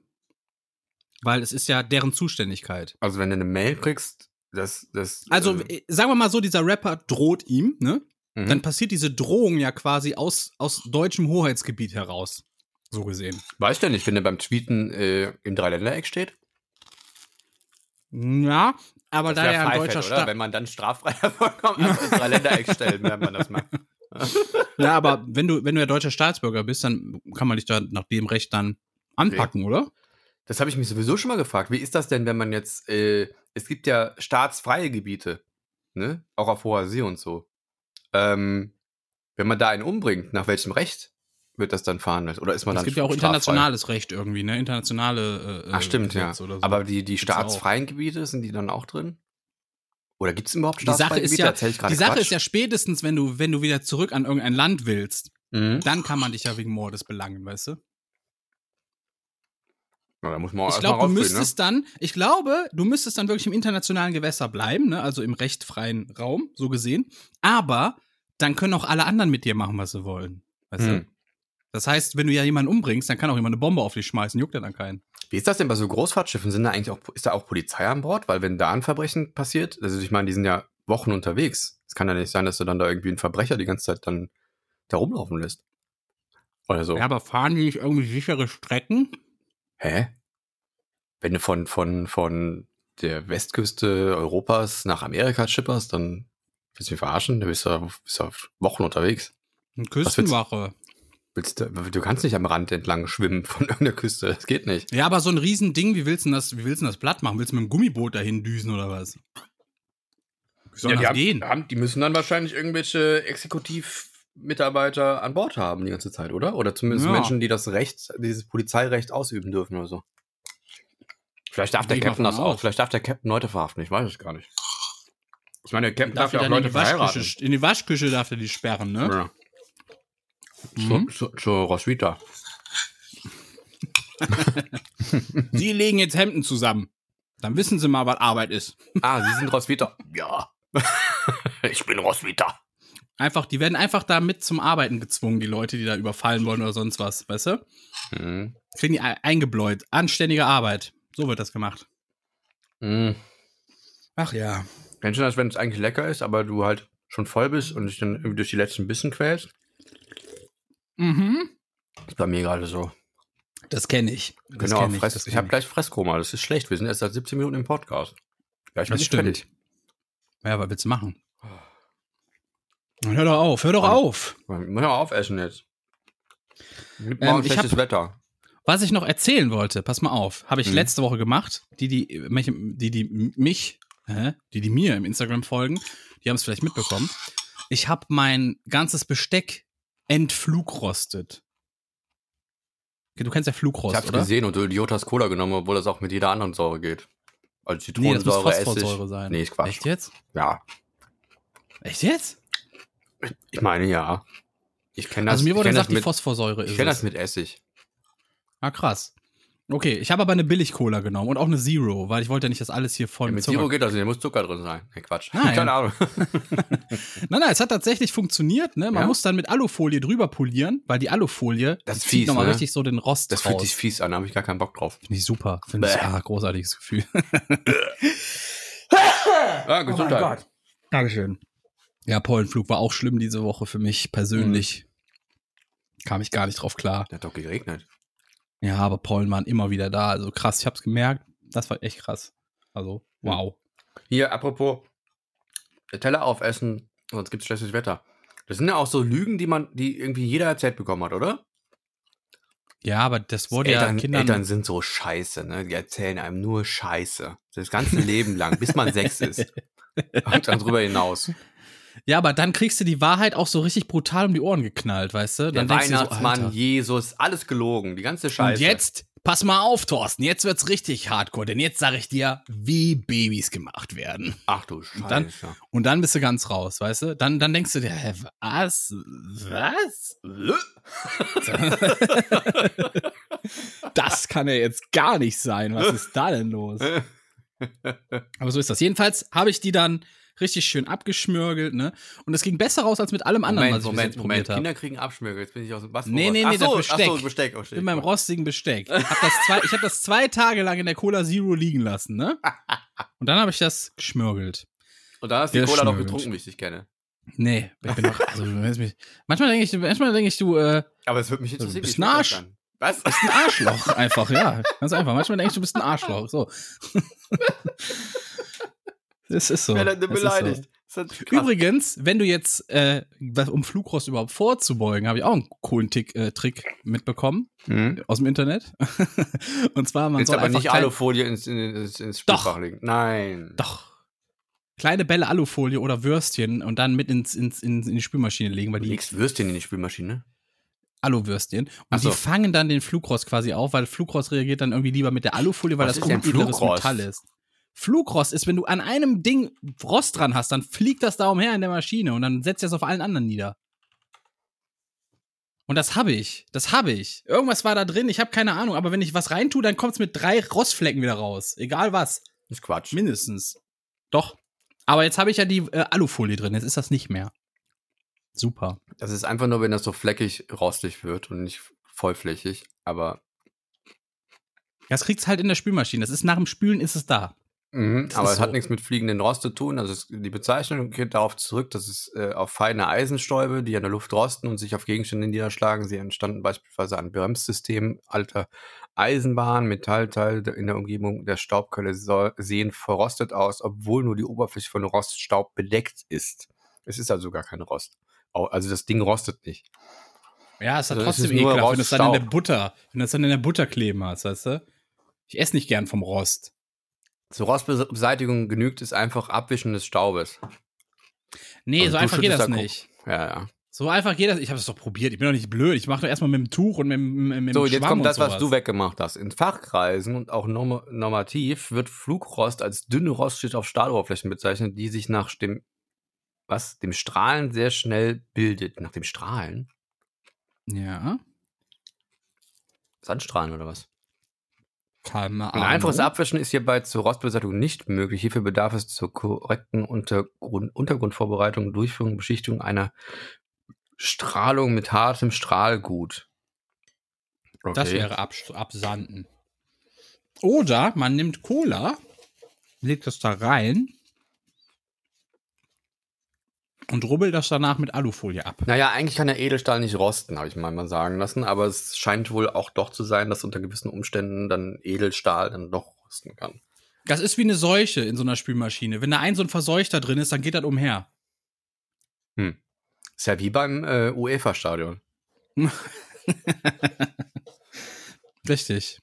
Weil es ist ja deren Zuständigkeit.
Also wenn du eine Mail kriegst, das, das.
Also
ähm,
äh, sagen wir mal so, dieser Rapper droht ihm, ne?
mhm.
Dann passiert diese Drohung ja quasi aus, aus deutschem Hoheitsgebiet heraus. So gesehen.
weißt du nicht, wenn du beim Tweeten äh, im Dreiländereck steht?
Ja, aber da
wär
ja ein
Freifeld,
deutscher
oder?
Staat.
Wenn man dann straffrei <laughs> davonkommt, als ins Dreiländereck stellen, wenn man das macht.
Ja, aber wenn du, wenn du ja deutscher Staatsbürger bist, dann kann man dich da nach dem Recht dann anpacken, oder?
Das habe ich mich sowieso schon mal gefragt. Wie ist das denn, wenn man jetzt, äh, es gibt ja staatsfreie Gebiete, ne? Auch auf hoher See und so. Ähm, wenn man da einen umbringt, nach welchem Recht wird das dann verhandelt? Oder ist man
Es
dann
gibt ja auch
straffrei?
internationales Recht irgendwie, ne? Internationale. Äh,
Ach stimmt, ja.
Gesetze oder so.
Aber die, die
Gibt's auch.
staatsfreien Gebiete, sind die dann auch drin? Oder gibt es überhaupt
Die Sache
staatsfreie
ist
Gebiete?
ja-
Erzähl ich gerade
die Sache
Quatsch.
ist ja spätestens, wenn du, wenn du wieder zurück an irgendein Land willst,
Mhm.
dann kann man dich ja wegen Mordes belangen, weißt du?
Na, da muss man auch
Ich
erstmal
glaube, du
rausfinden, ne?
müsstest dann, ich glaube, du müsstest dann wirklich im internationalen Gewässer bleiben, ne? also im rechtfreien Raum, so gesehen. Aber dann können auch alle anderen mit dir machen, was sie wollen. Weißt
Hm.
du? Das heißt, wenn du ja jemanden umbringst, dann kann auch jemand eine Bombe auf dich schmeißen, juckt dann an keinen.
Wie ist das denn bei so Großfahrtschiffen? Sind da eigentlich auch, ist da auch Polizei an Bord? Weil wenn da ein Verbrechen passiert, also ich meine, die sind ja Wochen unterwegs. Es kann ja nicht sein, dass du dann da irgendwie einen Verbrecher die ganze Zeit dann da rumlaufen lässt. Oder so.
Ja, aber fahren die nicht irgendwie sichere Strecken?
Hä? Wenn du von, von, von der Westküste Europas nach Amerika schipperst, dann willst du mich verarschen? Du bist ja, bist ja Wochen unterwegs.
Eine
willst-
Küstenwache.
Willst du, du kannst nicht am Rand entlang schwimmen von <laughs> irgendeiner Küste. Das geht nicht.
Ja, aber so ein Riesending, wie willst du denn das, wie willst du denn das platt machen? Willst du mit dem Gummiboot dahin düsen oder was? Wie soll das
die, haben-
gehen?
Haben, die müssen dann wahrscheinlich irgendwelche Exekutivmitarbeiter an Bord haben die ganze Zeit, oder? Oder zumindest
Ja.
Menschen, die das Recht, dieses Polizeirecht ausüben dürfen oder so. Vielleicht darf der
Gehe ich
Captain
mal von
das auch.
aus.
Vielleicht darf der Captain Leute verhaften. Ich weiß es gar nicht. Ich meine, der Captain darf,
Darf
ja
er
auch
dann
Leute
in die,
verheiraten.
Waschküche, in die Waschküche darf er die sperren, ne?
Ja. Zu, zu, zu Roswitha. Hm.
Sie legen jetzt Hemden zusammen. Dann wissen Sie mal, was Arbeit ist.
Ah, Sie sind Roswitha. ja. <laughs> ich bin Roswitha.
Einfach, die werden einfach da mit zum Arbeiten gezwungen, die Leute, die da überfallen wollen oder sonst was, weißt du?
Mhm.
Kriegen die e- eingebläut. Anständige Arbeit. So wird das gemacht.
Mhm.
Ach ja.
Kennst du das, wenn es eigentlich lecker ist, aber du halt schon voll bist und dich dann irgendwie durch die letzten Bissen quälst?
Mhm.
Ist bei mir gerade so.
Das kenne ich. Das
genau,
kenn ich.
Fress,
das
ich
kenn
habe gleich Fresskoma. Das ist schlecht. Wir sind erst seit 17 Minuten im Podcast. Ja, ich bin
Das
nicht
stimmt.
fertig.
Ja, was willst du machen?
Oh.
Dann hör doch auf, hör doch
Mann.
auf.
Ich muss ja mal aufessen jetzt. Gibt
Ähm,
morgen
ich
schlechtes
hab-
Wetter.
Was ich noch erzählen wollte, pass mal auf, habe ich
Mhm.
letzte Woche gemacht. Die, die mich, die, die mich, hä? die, die mir im Instagram folgen, die haben es vielleicht mitbekommen. Ich habe mein ganzes Besteck entflugrostet. Okay, du kennst ja
Ich
Flugrost,
hab's
oder?
gesehen und du Idiot hast Cola genommen, obwohl das auch mit jeder anderen Säure geht. Also
Nee, das muss
Zitronensäure,
Phosphorsäure
Essig.
sein.
Nee, ist Quatsch.
Echt jetzt?
Ja,
Echt jetzt?
ich meine ja. Ich kenne das,
also mir wurde
ich kenn
gesagt, die
das mit,
Phosphorsäure
ich
ist
kenn
es.
das mit Essig.
Ah, krass. Okay, ich habe aber eine Billig-Cola genommen und auch eine Zero, weil ich wollte ja nicht, dass alles hier voll
Ja, mit
mit Zucker
Zero geht das nicht, da muss Zucker drin sein. Nee, Quatsch.
Nein.
Keine Ahnung.
Nein, nein, es hat tatsächlich funktioniert, ne? Man
Ja?
muss dann mit Alufolie drüber polieren, weil die Alufolie
Das ist
zieht
fies,
nochmal
ne?
richtig so den Rost
Das fühlt
raus.
sich fies an, da habe ich gar keinen Bock drauf.
Finde ich super. Finde ich
Bäh.
ah, großartiges Gefühl. <laughs>
Ah, Gesundheit.
Dankeschön. Ja, Pollenflug war auch schlimm diese Woche für mich persönlich. Kam ich gar nicht drauf klar.
Der hat doch geregnet.
Ja, aber Pollen waren immer wieder da. Also krass, ich hab's gemerkt. Das war echt krass. Also, wow.
Hier, apropos äh, Teller aufessen, sonst gibt es schlechtes Wetter. Das sind ja auch so Lügen, die man, die irgendwie jeder erzählt bekommen hat, oder?
Ja, aber das wurde ja
Eltern,
Kindern.
Eltern sind so scheiße, ne? Die erzählen einem nur Scheiße. Das ganze Leben lang, bis man sechs
<laughs>
ist. Und dann drüber hinaus.
Ja, aber dann kriegst du die Wahrheit auch so richtig brutal um die Ohren geknallt, weißt du?
Der
Dann denkst du so,
Weihnachtsmann,
Alter.
Jesus, alles gelogen, die ganze Scheiße.
Und jetzt, pass mal auf, Thorsten, jetzt wird's richtig hardcore, denn jetzt sage ich dir, wie Babys gemacht werden.
Ach du Scheiße.
dann- Und dann bist du ganz raus, weißt du? Dann, dann denkst du dir, hä, was? Was? <laughs> das kann ja jetzt
<laughs>
gar nicht sein. Was ist da denn los? Aber so ist das. Jedenfalls habe ich die dann richtig schön abgeschmürgelt, ne? Und es ging besser raus als mit allem anderen,
Moment,
was ich
Moment,
bis jetzt probiert
Moment.
habe.
Kinder kriegen Abschmürgel. Jetzt bin ich aus dem Basketball.
Nee, nee,
raus.
nee,
ach so,
das Besteck.
Ach so, Besteck. Oh, shit.
Mit meinem rostigen Besteck. Hab das zwei, ich habe das zwei Tage lang in der Cola Zero liegen
<laughs>
lassen, ne? Und dann habe ich das geschmürgelt.
Und da hast du die
Der
Cola noch
schmürgelt.
getrunken, wie ich dich kenne.
Nee, ich bin auch, also, du weißt mich- manchmal denke ich, manchmal denke ich, du äh,
Aber es würde mich
Also,
interessieren,
bist
wie schmeckt
ein
das
Arsch.
dann? Was?
bist ein Arschloch einfach, ja, ganz einfach. Manchmal denke ich, du bist ein Arschloch, so. <laughs> Das ist so.
Wer hat denn
Das ist so.
beleidigt? Das ist krass.
Übrigens, wenn du jetzt, äh, was- um Flugrost überhaupt vorzubeugen, habe ich auch einen coolen Tick, äh, Trick mitbekommen
Hm?
aus dem Internet. <laughs> Und zwar, man
Jetzt
soll
aber
einfach
nicht
klein-
Alufolie ins, ins, ins
Doch.
Spülfach legen. Nein.
Doch. Kleine Bälle Alufolie oder Würstchen und dann mit ins, ins, ins, in die Spülmaschine legen, weil
Du
die
legst Würstchen in die Spülmaschine.
Aluwürstchen.
Ach
Und
so.
die fangen dann den Flugrost quasi auf, weil Flugrost reagiert dann irgendwie lieber mit der Alufolie, weil
Was
das
ist denn
unedleres
Flugrost?
Metall ist. Flugrost ist, wenn du an einem Ding Rost dran hast, dann fliegt das da umher in der Maschine und dann setzt das auf allen anderen nieder. Und das habe ich. Das habe ich. Irgendwas war da drin, ich habe keine Ahnung, aber wenn ich was reintue, dann kommt es mit drei Rostflecken wieder raus. Egal was.
Das ist Quatsch.
Mindestens. Doch. Aber jetzt habe ich ja die äh, Alufolie drin, jetzt ist das nicht mehr. Super.
Das ist einfach nur, wenn das so fleckig rostig wird und nicht vollflächig. Aber,
Das kriegt's halt in der Spülmaschine. Das ist nach dem Spülen ist es da.
mhm,
Das
aber
ist
es hat
so.
nichts mit fliegenden Rost zu tun. Also es, die Bezeichnung geht darauf zurück, dass es äh, auf feine Eisenstäube, die an der Luft rosten und sich auf Gegenstände niederschlagen. Sie entstanden beispielsweise an Bremssystemen alter Eisenbahnen, Metallteile in der Umgebung der Staubquelle so- sehen verrostet aus, obwohl nur die Oberfläche von Roststaub bedeckt ist. Es ist also gar kein Rost. Au- Also das Ding rostet nicht.
Ja, es hat
Also es
trotzdem
ist nur
ekelhaft, wenn du es dann in der
Roststaub.
Butter, wenn du es dann in der Butter kleben hast, weißt du? Ich esse nicht gern vom Rost.
Zur Rostbeseitigung genügt es einfach Abwischen des Staubes.
Nee,
Also
so
du
einfach geht
schüttest
das
da
nicht.
Ja, ja.
So einfach geht das. Ich habe es doch probiert. Ich bin doch nicht blöd. Ich mache doch erstmal mit dem Tuch und mit, dem- mit, mit
So,
dem Schwamm
jetzt kommt
und
das, was
sowas.
du weggemacht hast. In Fachkreisen und auch norm normativ wird Flugrost als dünne Rostschicht auf Stahloberflächen bezeichnet, die sich nach dem, was, dem Strahlen sehr schnell bildet. Nach dem Strahlen?
Ja.
Sandstrahlen oder was?
Keine
Ein
Ahnung.
einfaches Abwischen ist hierbei zur Rostbeseitigung nicht möglich. Hierfür bedarf es zur korrekten Untergrund Untergrundvorbereitung, Durchführung, Beschichtung einer Strahlung mit hartem Strahlgut. Okay.
Das wäre ab, absanden. Oder man nimmt Cola, legt das da rein und rubbelt das danach mit Alufolie ab.
Naja, eigentlich kann der Edelstahl nicht rosten, habe ich mal mal sagen lassen, aber es scheint wohl auch doch zu sein, dass unter gewissen Umständen dann Edelstahl dann doch rosten kann.
Das ist wie eine Seuche in so einer Spülmaschine. Wenn da ein so ein Verseuchter drin ist, dann geht das umher.
Ist ja wie beim äh, UEFA-Stadion.
Richtig.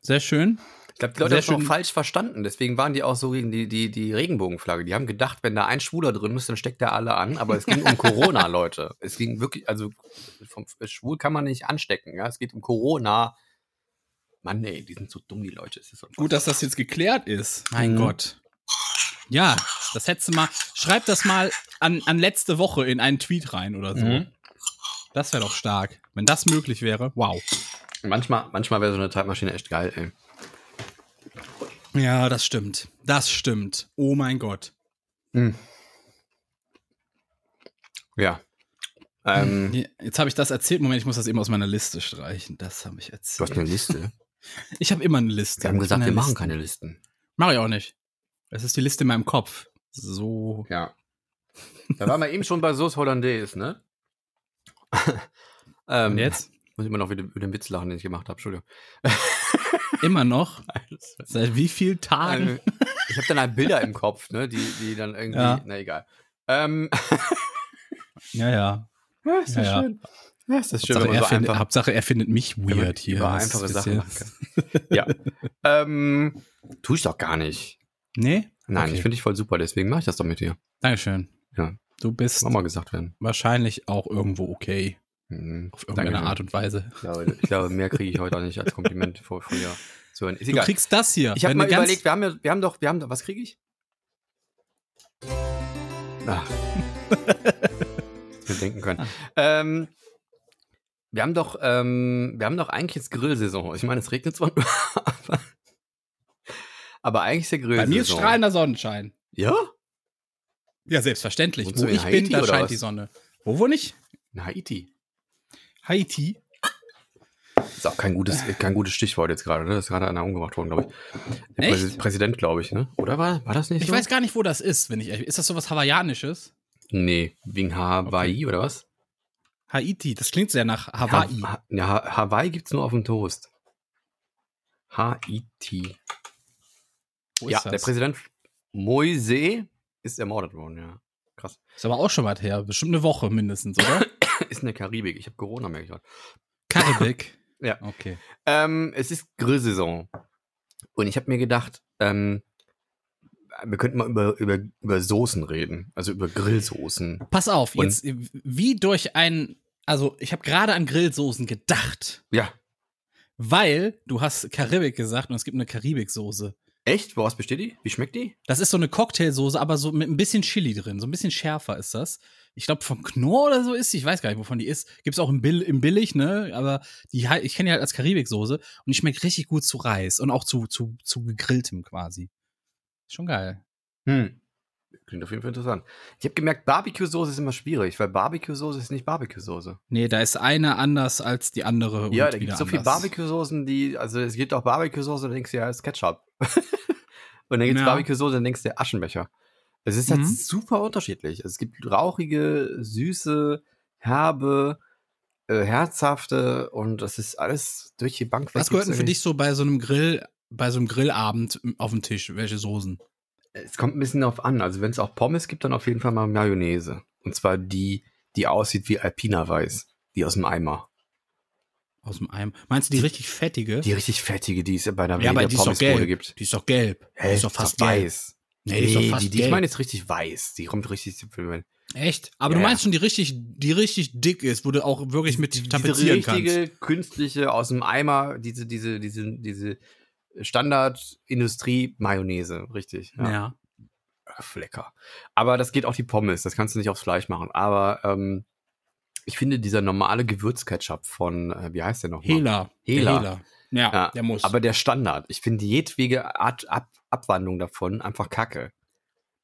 Sehr schön.
Ich glaube, die Leute haben
Sehr
es auch
schön.
falsch verstanden, deswegen waren die auch so gegen die, die, die Regenbogenflagge. Die haben gedacht, wenn da ein Schwuler drin ist, dann steckt der alle an, aber es ging <laughs> um Corona, Leute. Es ging wirklich, also vom, schwul kann man nicht anstecken, ja, es geht um Corona. Mann, ey, die sind so dumm, die Leute. Es ist unfassbar.
Gut, dass das jetzt geklärt ist. Mein
Mhm.
Gott. Ja, das hättest du mal. Schreib das mal an, an letzte Woche in einen Tweet rein oder so.
Mhm.
Das wäre doch stark. Wenn das möglich wäre, wow.
Manchmal, manchmal wäre so eine Zeitmaschine echt geil, ey.
Ja, das stimmt. Das stimmt. Oh mein Gott.
Ja. Ähm,
Je- Jetzt habe ich das erzählt. Moment, ich muss das eben aus meiner Liste streichen. Das habe ich
Du hast
erzählt.
eine <laughs> Liste.
Ich habe immer eine Liste.
Wir haben gesagt,
Ich
wir
bin eine
machen
Liste.
keine Listen.
Mach ich auch nicht. Es ist die Liste in meinem Kopf. So.
Ja. Da waren wir eben schon bei Sauce Hollandaise, ne? <laughs> ähm,
Und jetzt?
Muss ich immer noch wieder über den Witz lachen, den ich gemacht habe. Entschuldigung.
Immer noch?
<laughs>
Seit wie vielen Tagen?
Ähm, ich habe dann halt Bilder im Kopf, ne? Die, die dann irgendwie.
Ja.
Na egal. Ähm,
Ja, ja.
ja, ist
das Ja, ja.
schön. Ja, ist das schön,
Hauptsache
wenn
er,
man so
findet,
einfach,
Hauptsache, er findet mich
wenn man
weird hier.
über
Das
einfache
ist
Sachen
ja-
machen kann. Ja.
<laughs>
ähm, tu ich doch gar nicht.
Nee?
Nein,
Okay.
ich finde dich voll super, deswegen mache ich das doch mit dir.
Dankeschön.
Ja.
Du
Das
bist
muss mal gesagt werden.
wahrscheinlich auch irgendwo okay.
Mhm.
Auf irgendeine
Dankeschön.
Art und Weise.
Ich glaube, ich glaube, mehr kriege ich heute auch nicht als Kompliment vor früher zu hören. Ist
Du
egal.
kriegst das hier.
ich habe
Wenn
mal
du ganz-
überlegt, wir haben, ja, wir haben doch, wir haben doch, was kriege ich? Ach. <laughs> Hätte mir denken können.
Ah.
Ähm, wir haben doch, ähm, wir haben doch eigentlich jetzt Grillsaison. Ich meine, es regnet zwar nur, <laughs> aber, aber eigentlich ist ja Grillsaison.
Bei mir ist strahlender Sonnenschein.
Ja?
Ja, selbstverständlich.
Wohnst
Wo
du in
ich bin,
Haiti
da
oder
scheint
was?
die Sonne. Wo wohne ich?
In Haiti.
Haiti.
Ist auch kein gutes,
Ah.
kein gutes Stichwort jetzt gerade, ne? Das ist gerade einer umgemacht worden, glaube ich. Der
Echt?
Präsi- Präsident, glaube ich, ne? Oder war, war das nicht?
Ich
so?
weiß gar nicht, wo das ist, wenn ich ehrlich Ist das sowas Hawaiianisches?
Nee, wegen Hawaii oder was?
Haiti, das klingt sehr nach Hawaii.
Ha ha ja, Ha- Hawaii gibt's nur auf dem Toast. Haiti.
Wo
Ja,
ist das?
der Präsident Moise ist ermordet worden, ja. <laughs> Krass.
Ist aber auch schon weit her. Bestimmt eine Woche mindestens, oder?
<laughs> Ist in der Karibik. Ich habe Corona, merke ich gerade.
Karibik.
Ja.
Okay.
Ähm, es ist Grillsaison. Und ich habe mir gedacht, ähm, wir könnten mal über, über, über Soßen reden. Also über Grillsoßen.
Pass auf,
Und-
jetzt äh, wie durch ein. Also, ich habe gerade an Grillsoßen gedacht,
Ja.
weil du hast Karibik gesagt und es gibt eine Karibiksoße.
Echt? Woraus besteht die? Wie schmeckt die?
Das ist so eine Cocktailsoße, aber so mit ein bisschen Chili drin. So ein bisschen schärfer ist das. Ich glaube, vom Knorr oder so ist sie. Ich weiß gar nicht, wovon die ist. Gibt's auch im, Bill, im Billig, ne? Aber die, hei- ich kenne die halt als Karibiksoße und die schmeckt richtig gut zu Reis und auch zu, zu, zu gegrilltem quasi. Schon geil.
Hm. Klingt auf jeden Fall interessant. Ich habe gemerkt, Barbecue-Soße ist immer schwierig, weil Barbecue-Soße ist nicht Barbecue-Soße.
Nee, da ist eine anders als die andere.
Ja,
und
da gibt
wieder
es so viele
anders.
Barbecue-Soßen, die, also es gibt auch Barbecue-Soße, dann denkst du, ja, ist Ketchup. <laughs> und dann gibt es
Ja.
Barbecue-Soße, dann denkst du, Aschenbecher. Es ist halt
Mhm.
super unterschiedlich. Es gibt rauchige, süße, herbe, äh, herzhafte und das ist alles durch die Bank. weg
Was gehört denn
gibt's
für dich so bei so einem Grill, bei so einem Grillabend auf den Tisch? Welche Soßen?
Es kommt ein bisschen drauf an. Also wenn es auch Pommes gibt, dann auf jeden Fall mal Mayonnaise. Und zwar die, die aussieht wie Alpina-Weiß. Die aus dem Eimer.
Aus dem Eim. Meinst du die richtig fettige?
Die richtig fettige, die es bei einer
ja, aber
Wiener
die ist doch
Pommesbude
gelb.
gibt.
Die ist doch gelb.
Hä?
Die ist doch fast gelb.
weiß.
Nee, die ist doch fast
die, die ich
gelb.
meine ist richtig weiß. Die kommt richtig.
Echt? Aber
Ja,
du
ja.
meinst schon die richtig, die richtig dick ist, wo du auch wirklich mit
Diese
tapezieren kannst.
richtige künstliche aus dem Eimer, diese, diese, diese, diese Standard-Industrie-Mayonnaise, richtig.
Ja.
Flecker. Aber das geht auch die Pommes, das kannst du nicht aufs Fleisch machen. Aber ähm, ich finde, dieser normale Gewürzketchup von, äh, wie heißt der nochmal?
Hela. Der
Hela.
Ja,
Ja,
der muss.
Aber der Standard, ich finde jedwege Art Ab Abwandlung davon einfach kacke.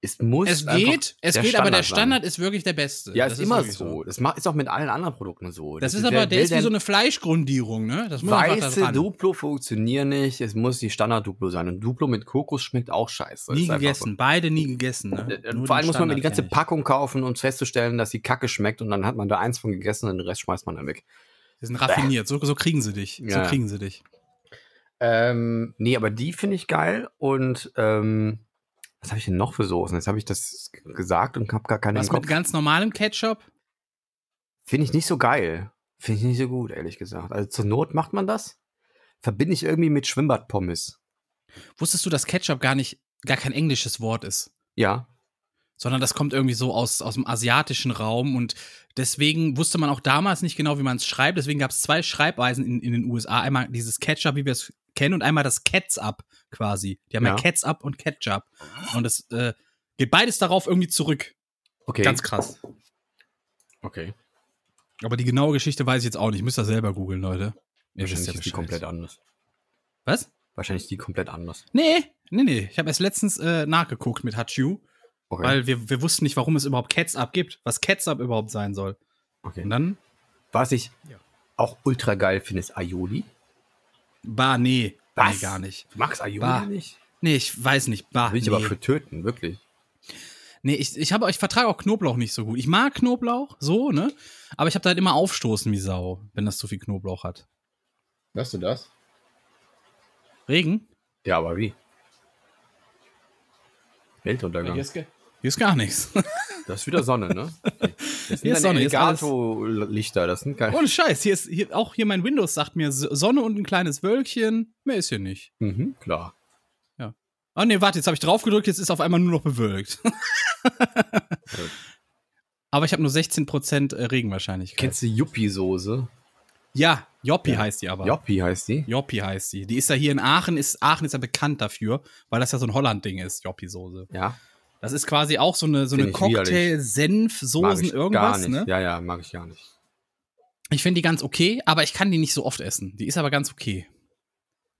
Es muss.
es
einfach-
geht, es
der
geht, aber der
Standard sein.
Standard ist wirklich der beste.
Ja, ist immer
wirklich
so. Das ma- ist auch mit allen anderen Produkten so.
Das, ist
wer
aber, der
will
ist wie
denn-
so eine Fleischgrundierung, ne? Das muss man einfach da
Weiße
dran.
Duplo funktionieren nicht. Es muss die Standard-Duplo sein. Und Duplo mit Kokos schmeckt auch scheiße.
nie
Ist einfach
gegessen, beide nie gegessen,
So.
ne?
Äh,
Nur
Vor
den
allem muss man mir die
Standard
ganze
kenn ich.
Packung kaufen, um festzustellen, dass die Kacke schmeckt. Und dann hat man da eins von gegessen und den Rest schmeißt man dann weg.
Die sind raffiniert, so, so kriegen sie dich. So
Ja.
kriegen sie dich.
Ähm, nee, aber die finde ich geil. Und ähm, was habe ich denn noch für Soßen? Jetzt habe ich das g- gesagt und habe gar keine im
Was mit
Kopf.
ganz normalem Ketchup?
Finde ich nicht so geil. Finde ich nicht so gut, ehrlich gesagt. Also zur Not macht man das. Verbinde ich irgendwie mit Schwimmbadpommes.
Wusstest du, dass Ketchup gar nicht, gar kein englisches Wort ist?
Ja,
sondern das kommt irgendwie so aus, aus dem asiatischen Raum und deswegen wusste man auch damals nicht genau, wie man es schreibt. Deswegen gab es zwei Schreibweisen in, in den USA. Einmal dieses Ketchup, wie wir es kennen, und einmal das Ketchup quasi. Die haben ja,
Ja.
Ketchup und Ketchup. Und das äh, geht beides darauf irgendwie zurück.
okay.
Ganz krass.
okay.
Aber die genaue Geschichte weiß ich jetzt auch nicht. Müsst ihr selber googeln, Leute. Ihr
Wahrscheinlich
wisst ja
ist die
Bescheid.
komplett anders.
Was?
Wahrscheinlich ist die komplett anders.
Nee, nee, nee. Ich habe erst letztens äh, nachgeguckt mit Hachu,
Okay.
weil wir, wir wussten nicht, warum es überhaupt Ketchup gibt, was Ketchup überhaupt sein soll. Und
okay.
dann
Was ich
Ja.
auch ultra geil finde, ist Aioli.
Bah, nee.
Was?
Nee, gar nicht.
Du magst Aioli
Bah.
nicht?
Nee, ich weiß nicht. Bah,
Will ich
nee.
aber für töten, wirklich.
nee, ich, ich, habe, ich vertrage auch Knoblauch nicht so gut. Ich mag Knoblauch, so, ne? Aber ich habe da halt immer aufstoßen wie Sau, wenn das zu viel Knoblauch hat.
Lass du das?
Regen?
Ja, aber wie? Weltuntergang.
Hier ist gar nichts. <laughs>
Das ist wieder Sonne, <laughs> ne? Das
Hier ist Sonne, hier ist alles-
Elgato-Lichter, das sind keine.
Ohne Scheiß. Hier ist, hier, auch hier mein Windows sagt mir S- Sonne und ein kleines Wölkchen. Mehr ist hier nicht.
Mhm, klar.
Oh nee, warte, jetzt habe ich drauf gedrückt, jetzt ist auf einmal nur
<laughs>
noch bewölkt. Aber ich habe nur 16% Regenwahrscheinlichkeit.
Kennst du Yuppie-Soße?
ja, Joppi heißt die aber.
Joppi heißt die.
Joppi heißt sie. Die ist ja hier in Aachen, ist, Aachen ist ja bekannt dafür, weil das ja so ein Holland-Ding ist, Joppi-Soße.
Ja.
Das ist quasi auch so eine, so eine
Find ich widerlich. Mag
Cocktail-Senf-Soßen,
ich
irgendwas,
gar nicht.
ne?
Ja, ja, mag ich gar nicht.
Ich finde die ganz okay, aber ich kann die nicht so oft essen. Die ist aber ganz okay.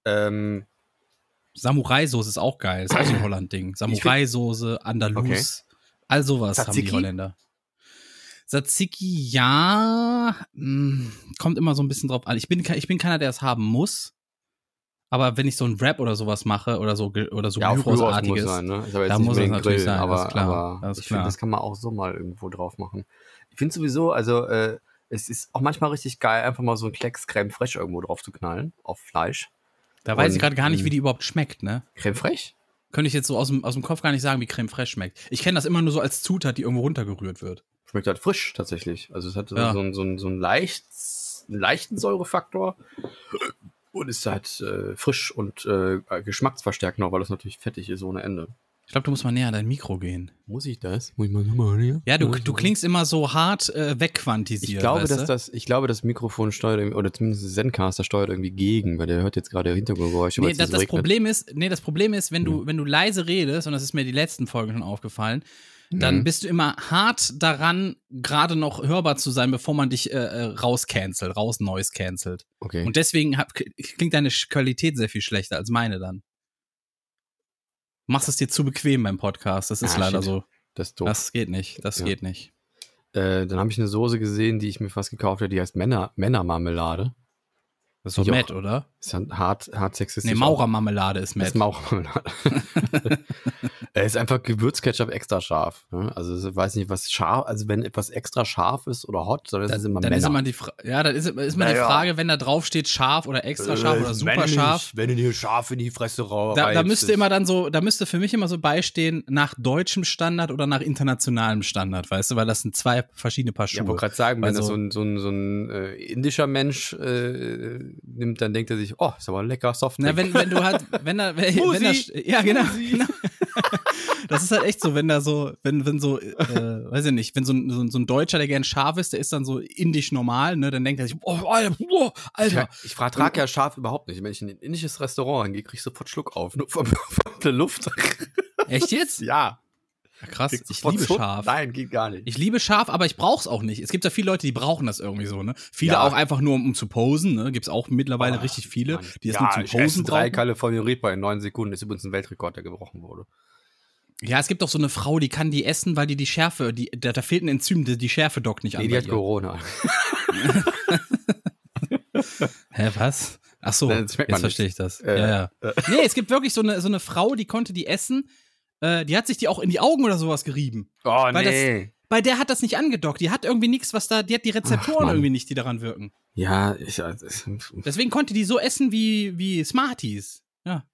Ähm, <clears throat>
Samurai-Soße ist auch geil, ist auch so ein Holland-Ding. Samurai-Soße, Andalus, All sowas haben
Tzatziki?
die Holländer. Tzatziki, ja, mm, kommt immer so ein bisschen drauf an. Ich bin, ke- ich bin keiner, der es haben muss. Aber wenn ich so ein Rap oder sowas mache oder so ge- oder so
Ja, auch Gyros muss
Gyros-artiges,
sein, ne? Ist aber
Da
jetzt nicht
muss
unbedingt
es natürlich
Grill,
sein,
aber,
das ist klar,
aber
das ist
ich finde,
klar.
das kann man auch so mal irgendwo drauf machen. Ich finde sowieso, also äh, es ist auch manchmal richtig geil, einfach mal so ein Klecks Crème Fraiche irgendwo drauf zu knallen, auf Fleisch.
da weiß ich
Und,
gerade gar nicht,
ähm,
wie die überhaupt schmeckt, ne?
Crème Fraiche?
Könnte ich jetzt so aus dem, aus dem Kopf gar nicht sagen, wie Creme Fraiche schmeckt. Ich kenne das immer nur so als Zutat, die irgendwo runtergerührt wird.
Schmeckt halt frisch tatsächlich. Also es hat so-
Ja.
so, einen- so, einen- so einen, leicht, einen leichten Säurefaktor und ist halt äh, frisch und äh, geschmacksverstärkend, auch, weil das natürlich fettig ist ohne Ende.
Ich glaube, du musst mal näher an dein Mikro gehen.
Muss ich das? Muss ich mal nochmal hier?
Ja, du, du klingst immer so hart äh, wegquantisiert.
Mhm. Ich glaube,
weißt
dass
du?
das, ich glaube, das Mikrofon steuert irgendwie- oder zumindest das Zencaster steuert irgendwie gegen, weil der hört jetzt gerade Hintergrundgeräusche. weil
Nee,
es
das,
so
das
regnet.
Problem ist, nee, das Problem ist, wenn
Mhm.
du, wenn du leise redest, und das ist mir die letzten Folgen schon aufgefallen, dann
Mhm.
bist du immer hart daran, gerade noch hörbar zu sein, bevor man dich äh, äh, rauscancelt, raus noise cancelt.
Okay.
Und deswegen hab, klingt deine Sch- Qualität sehr viel schlechter als meine dann. Machst es dir zu bequem beim Podcast, das ist
Ah,
leider
shit.
so.
das ist doof.
Das geht nicht, das
Ja.
geht nicht.
äh, dann habe ich eine Soße gesehen, die ich mir fast gekauft habe, die heißt Männer, Männermarmelade.
Das ist
Ich
doch
auch.
Matt, oder?
Ist halt hart, hart sexistisch.
Nee, Maurermarmelade ist
Das
Matt.
ist Maurermarmelade. <laughs> Er ist einfach Gewürzketchup extra scharf. ne? Also ich weiß nicht, was scharf, also wenn etwas extra scharf ist oder hot, dann ist
Da-
es immer
dann
Männer.
ist immer die Fra ja, dann ist, ist immer die
Naja.
Frage, wenn da drauf steht scharf oder extra scharf oder super scharf.
Äh, Wenn du dir scharf in die Fresse raus.
Da, da müsste immer dann so, da müsste für mich immer so beistehen, nach deutschem Standard oder nach internationalem Standard, weißt du, weil das sind zwei verschiedene Paar
Ja,
Schuhe.
ich wollte gerade sagen, wenn
Also-
das so ein, so ein, so ein äh, indischer Mensch äh, nimmt, dann denkt er sich, oh, ist aber lecker soft. <laughs>
Na, wenn, wenn du halt, wenn da, <laughs> wenn, wenn da, ja, genau. genau. Das ist halt echt so, wenn da so, wenn, wenn so, äh, weiß ich nicht, wenn so ein, so, ein- so ein Deutscher, der gern scharf ist, der ist dann so indisch normal, ne, dann denkt er sich, oh, Alter, oh, Alter.
ich ich vertrage ja scharf überhaupt nicht. Wenn ich in ein indisches Restaurant hingehe, krieg ich sofort Schluck auf. Nur von, <laughs> von der Luft. <laughs>
Echt jetzt?
ja.
Ja, krass,
krieg
ich
sofort
liebe
Schluck.
scharf.
Nein, geht gar nicht.
Ich liebe scharf, aber ich brauch's auch nicht. Es gibt ja viele Leute, die brauchen das irgendwie so, ne? Viele
Ja.
auch einfach nur, um, um zu posen, ne? Gibt's auch mittlerweile
Ah,
richtig viele,
Mann.
die es
ja,
nur zum
ich
Posen
esse drei
brauchen.
California Reaper in neun Sekunden. Ist übrigens ein Weltrekord, der gebrochen wurde.
Ja, es gibt auch so eine Frau, die kann die essen, weil die die Schärfe, die, da, da fehlt ein Enzym, die, die Schärfe dockt nicht an.
Nee, die
bei
hat
ihr.
Corona.
Hä, was? Ach so,
Nein, das
jetzt
schmeckt man
verstehe ich das.
Äh,
ja, ja. <laughs> Nee, es gibt wirklich so eine, so eine Frau, die konnte die essen, äh, die hat sich die auch in die Augen oder sowas gerieben.
Oh,
Weil Bei der hat das nicht angedockt. Die hat irgendwie nichts, was da, die hat die Rezeptoren
Mann.
irgendwie nicht, die daran wirken.
Ja, ich, also, es-
Deswegen konnte die so essen wie, wie Smarties. Ja.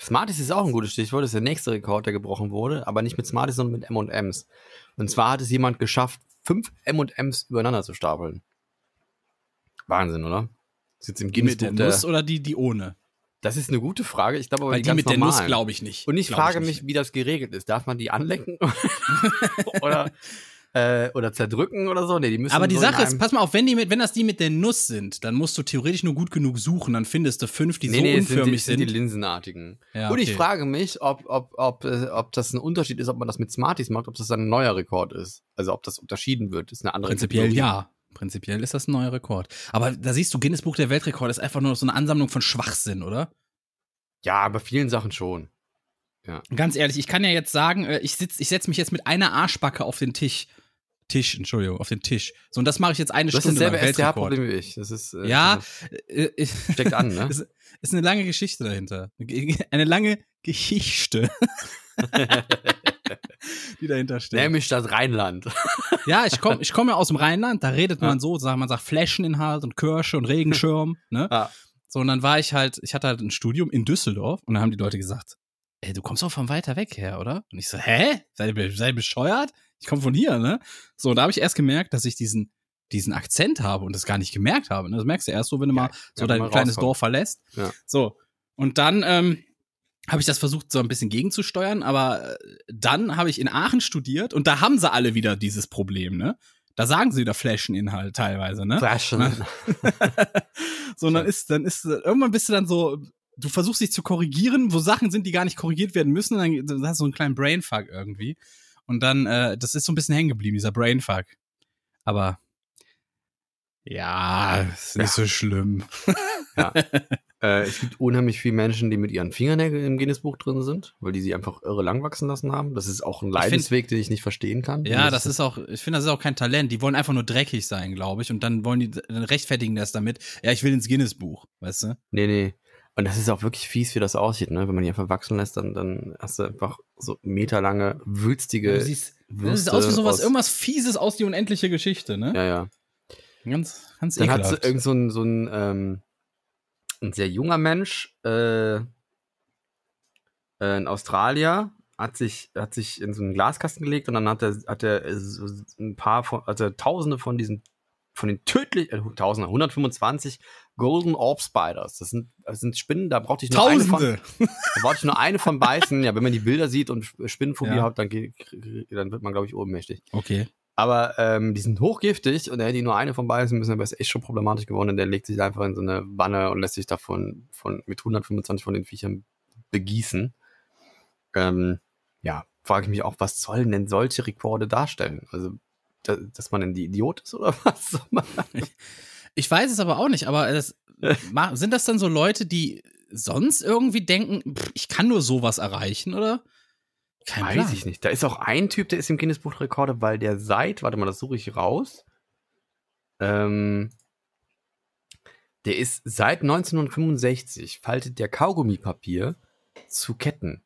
Smarties ist auch ein gutes Stichwort. Das ist der nächste Rekord, der gebrochen wurde. Aber nicht mit Smarties, sondern mit M&Ms. Und zwar hat es jemand geschafft, fünf M&Ms übereinander zu stapeln. Wahnsinn, oder? Ist jetzt im
Die
Guinness
mit der
Buch der-
Nuss oder die, die ohne?
Das ist eine gute Frage. Ich glaube aber
Weil
die
die
ganz
mit der
normalen.
Nuss glaube ich nicht.
Und ich
Glaub
frage
nicht.
mich, wie das geregelt ist. Darf man die anlecken? <laughs> oder, äh, oder zerdrücken oder so? Nee, die müssen
Aber die
so in
Sache ist,
einem-
pass mal auf, wenn, die mit, wenn das die mit der Nuss sind, dann musst du theoretisch nur gut genug suchen, dann findest du fünf, die so
es sind die-
unförmig
es sind
sind.
die Linsenartigen.
Ja,
Und ich
okay.
frage mich, ob, ob, ob, äh, ob das ein Unterschied ist, ob man das mit Smarties macht, ob das dann ein neuer Rekord ist. Also ob das unterschieden wird, ist eine andere
Prinzipiell
Kategorie.
ja. Prinzipiell ist das ein neuer Rekord. Aber da siehst du, Guinness Buch der Weltrekorde ist einfach nur so eine Ansammlung von Schwachsinn, oder?
Ja, bei vielen Sachen schon.
Ganz ehrlich, ich kann ja jetzt sagen, äh, ich, sitz- ich setze mich jetzt mit einer Arschbacke auf den Tisch. Tisch, Entschuldigung, auf den Tisch. So, und das mache ich jetzt eine
Du hast
Stunde
dasselbe
beim Weltrekord.
STH-Problem wie ich. Das ist, äh,
Ja,
das
äh, <laughs> ich-
steckt an, ne?
Ist, ist eine lange Geschichte dahinter. Eine lange Geschichte. die dahinter steht.
Nämlich das Rheinland.
Ja,
<laughs>
ich komme ich komm ja aus dem Rheinland, da redet man
Ja.
so, sagt, man sagt Fläscheninhalt und Kirsche und
<laughs>
Regenschirm. Ne?
Ja.
So, und dann war ich halt, ich hatte halt ein Studium in Düsseldorf und dann haben die Leute gesagt, ey, du kommst auch von weiter weg her, oder? Und ich so, hä? Sei, be- sei bescheuert? Ich komme von hier, ne? So, und da habe ich erst gemerkt, dass ich diesen, diesen Akzent habe und das gar nicht gemerkt habe. Ne? Das merkst du erst so, wenn du
Ja,
mal so
wenn
dein
man
kleines
rauskommt.
Dorf verlässt.
Ja.
So, und dann ähm, habe ich das versucht, so ein bisschen gegenzusteuern, aber äh, dann habe ich in Aachen studiert und da haben sie alle wieder dieses Problem, ne? Da sagen sie wieder Flascheninhalt teilweise,
<laughs>
ne?
Flaschen.
<laughs> So, und dann ist, dann ist, irgendwann bist du dann so, du versuchst dich zu korrigieren, wo Sachen sind, die gar nicht korrigiert werden müssen, und dann, dann hast du so einen kleinen Brainfuck irgendwie. Und dann, äh, das ist so ein bisschen hängen geblieben, dieser Brainfuck. Aber, ja, ist nicht so schlimm.
Ja. Äh, es gibt unheimlich viele Menschen, die mit ihren Fingernägeln im Guinness-Buch drin sind, weil die sie einfach irre lang wachsen lassen haben. Das ist auch ein
find-
Leidensweg, den ich nicht verstehen kann.
Ja, das ist auch, ich finde, das ist auch kein Talent. Die wollen einfach nur dreckig sein, glaube ich. Und dann wollen die, dann rechtfertigen das damit. Ja, ich will ins Guinness-Buch, weißt du?
Nee, nee. Und das ist auch wirklich fies, wie das aussieht, ne? Wenn man die einfach wachsen lässt, dann, dann hast du einfach so meterlange, wülstige.
Du siehst, das
Würste
sieht aus wie sowas,
aus-
irgendwas Fieses aus die unendliche Geschichte, ne?
Ja, ja.
Ganz, ganz
Dann hat
ekelhaft.
irgend so ein, so ein, ähm, ein sehr junger Mensch, äh, äh, ein Australier, hat sich, hat sich in so einen Glaskasten gelegt und dann hat er, hat er äh, so ein paar von, also tausende von diesen, von den tödlich, äh, tausende, 125 Golden Orb Spiders. Das sind, das sind Spinnen, da brauchte ich nur eine von.
Tausende!
Da brauchte ich nur eine von beißen. Ja, wenn man die Bilder sieht und Sp- Spinnenphobie
Ja.
hat, dann, ge- dann wird man, glaube ich, ohnmächtig.
Okay.
Aber ähm, die sind hochgiftig und er hätte ihn nur eine von beißen müssen, aber ist echt schon problematisch geworden. Denn der legt sich einfach in so eine Wanne und lässt sich davon von, mit 125 von den Viechern begießen. Ähm, ja, frage ich mich auch, was sollen denn solche Rekorde darstellen? Also, da, dass man denn die Idiot ist oder <laughs> was? Soll man-
Ich weiß es aber auch nicht, aber das,
<laughs>
ma- sind das dann so Leute, die sonst irgendwie denken, pff, ich kann nur sowas erreichen, oder? Kein
Weiß ich nicht. Da ist auch ein Typ, der ist im Guinness Buch der Rekorde, weil der seit, warte mal, das suche ich raus. Ähm, der ist seit 1965 faltet der Kaugummipapier zu Ketten.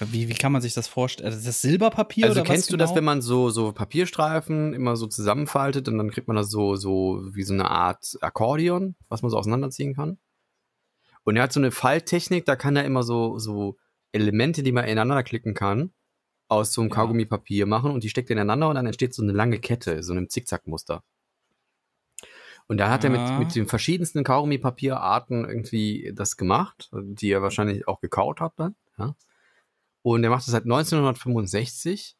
Wie, wie kann man sich das vorstellen? Also das Silberpapier
also
oder was
kennst du
genau?
das, wenn man so, so Papierstreifen immer so zusammenfaltet und dann kriegt man das so, so wie so eine Art Akkordeon, was man so auseinanderziehen kann? Und er hat so eine Falttechnik, da kann er immer so, so Elemente, die man ineinander klicken kann, aus so einem
Ja.
Kaugummipapier machen und die steckt er ineinander und dann entsteht so eine lange Kette, so einem Zickzackmuster. Und da hat er
Ja.
mit, mit den verschiedensten Kaugummipapierarten irgendwie das gemacht, die er wahrscheinlich auch gekaut hat dann. Ja. Und er macht das seit 1965.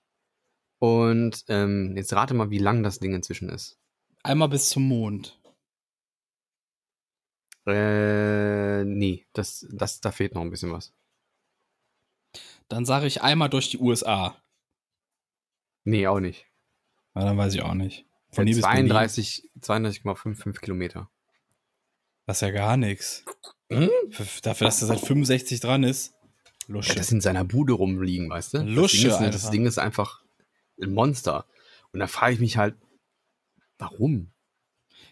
Und ähm, jetzt rate mal, wie lang das Ding inzwischen ist.
Einmal bis zum Mond.
Äh, nee, das, das, da fehlt noch ein bisschen was.
Dann sage ich einmal durch die USA.
Nee, auch nicht.
Na, dann weiß ich auch nicht.
Von
hier bis Berlin?
32 32,55 Kilometer.
Das ist ja gar nichts.
Hm?
F- Dafür, dass er seit 65 dran ist.
Ja,
Lusche.
das in seiner Bude rumliegen, weißt du?
Lusche
das, Ding ist, ne, das
einfach.
Ding ist einfach ein Monster. Und da frage ich mich halt, warum?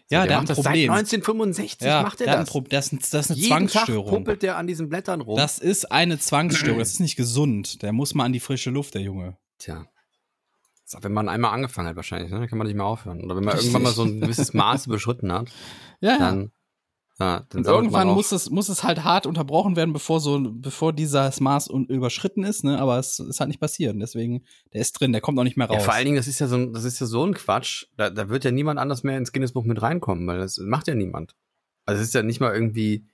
ja,
der
der
macht
hat
das
ein Problem.
seit 1965
ja,
macht er
der hat ein
das.
Pro- das, ist ein- das ist eine
Jeden Tag
Zwangsstörung.
pumpelt der an diesen Blättern rum.
das ist eine Zwangsstörung. Das ist nicht gesund. Der muss mal an die frische Luft, der Junge.
Tja. Ist auch, Wenn man einmal angefangen hat, wahrscheinlich, ne? dann kann man nicht mehr aufhören. Oder wenn
<laughs>
man
Richtig.
irgendwann mal so ein gewisses Maß überschritten hat,
Ja, ja.
dann, ja, dann
Und
sammelt
irgendwann
man auch-
muss es, muss es halt hart unterbrochen werden, bevor so, bevor dieses Maß un- überschritten ist, ne? Aber es ist halt nicht passiert. Deswegen, der ist drin, der kommt auch nicht mehr
ja,
raus.
vor allen Dingen, das ist ja so ein, das ist ja so ein Quatsch. Da, da wird ja niemand anders mehr ins Guinness-Buch mit reinkommen, weil das macht ja niemand. Also es ist ja nicht mal irgendwie,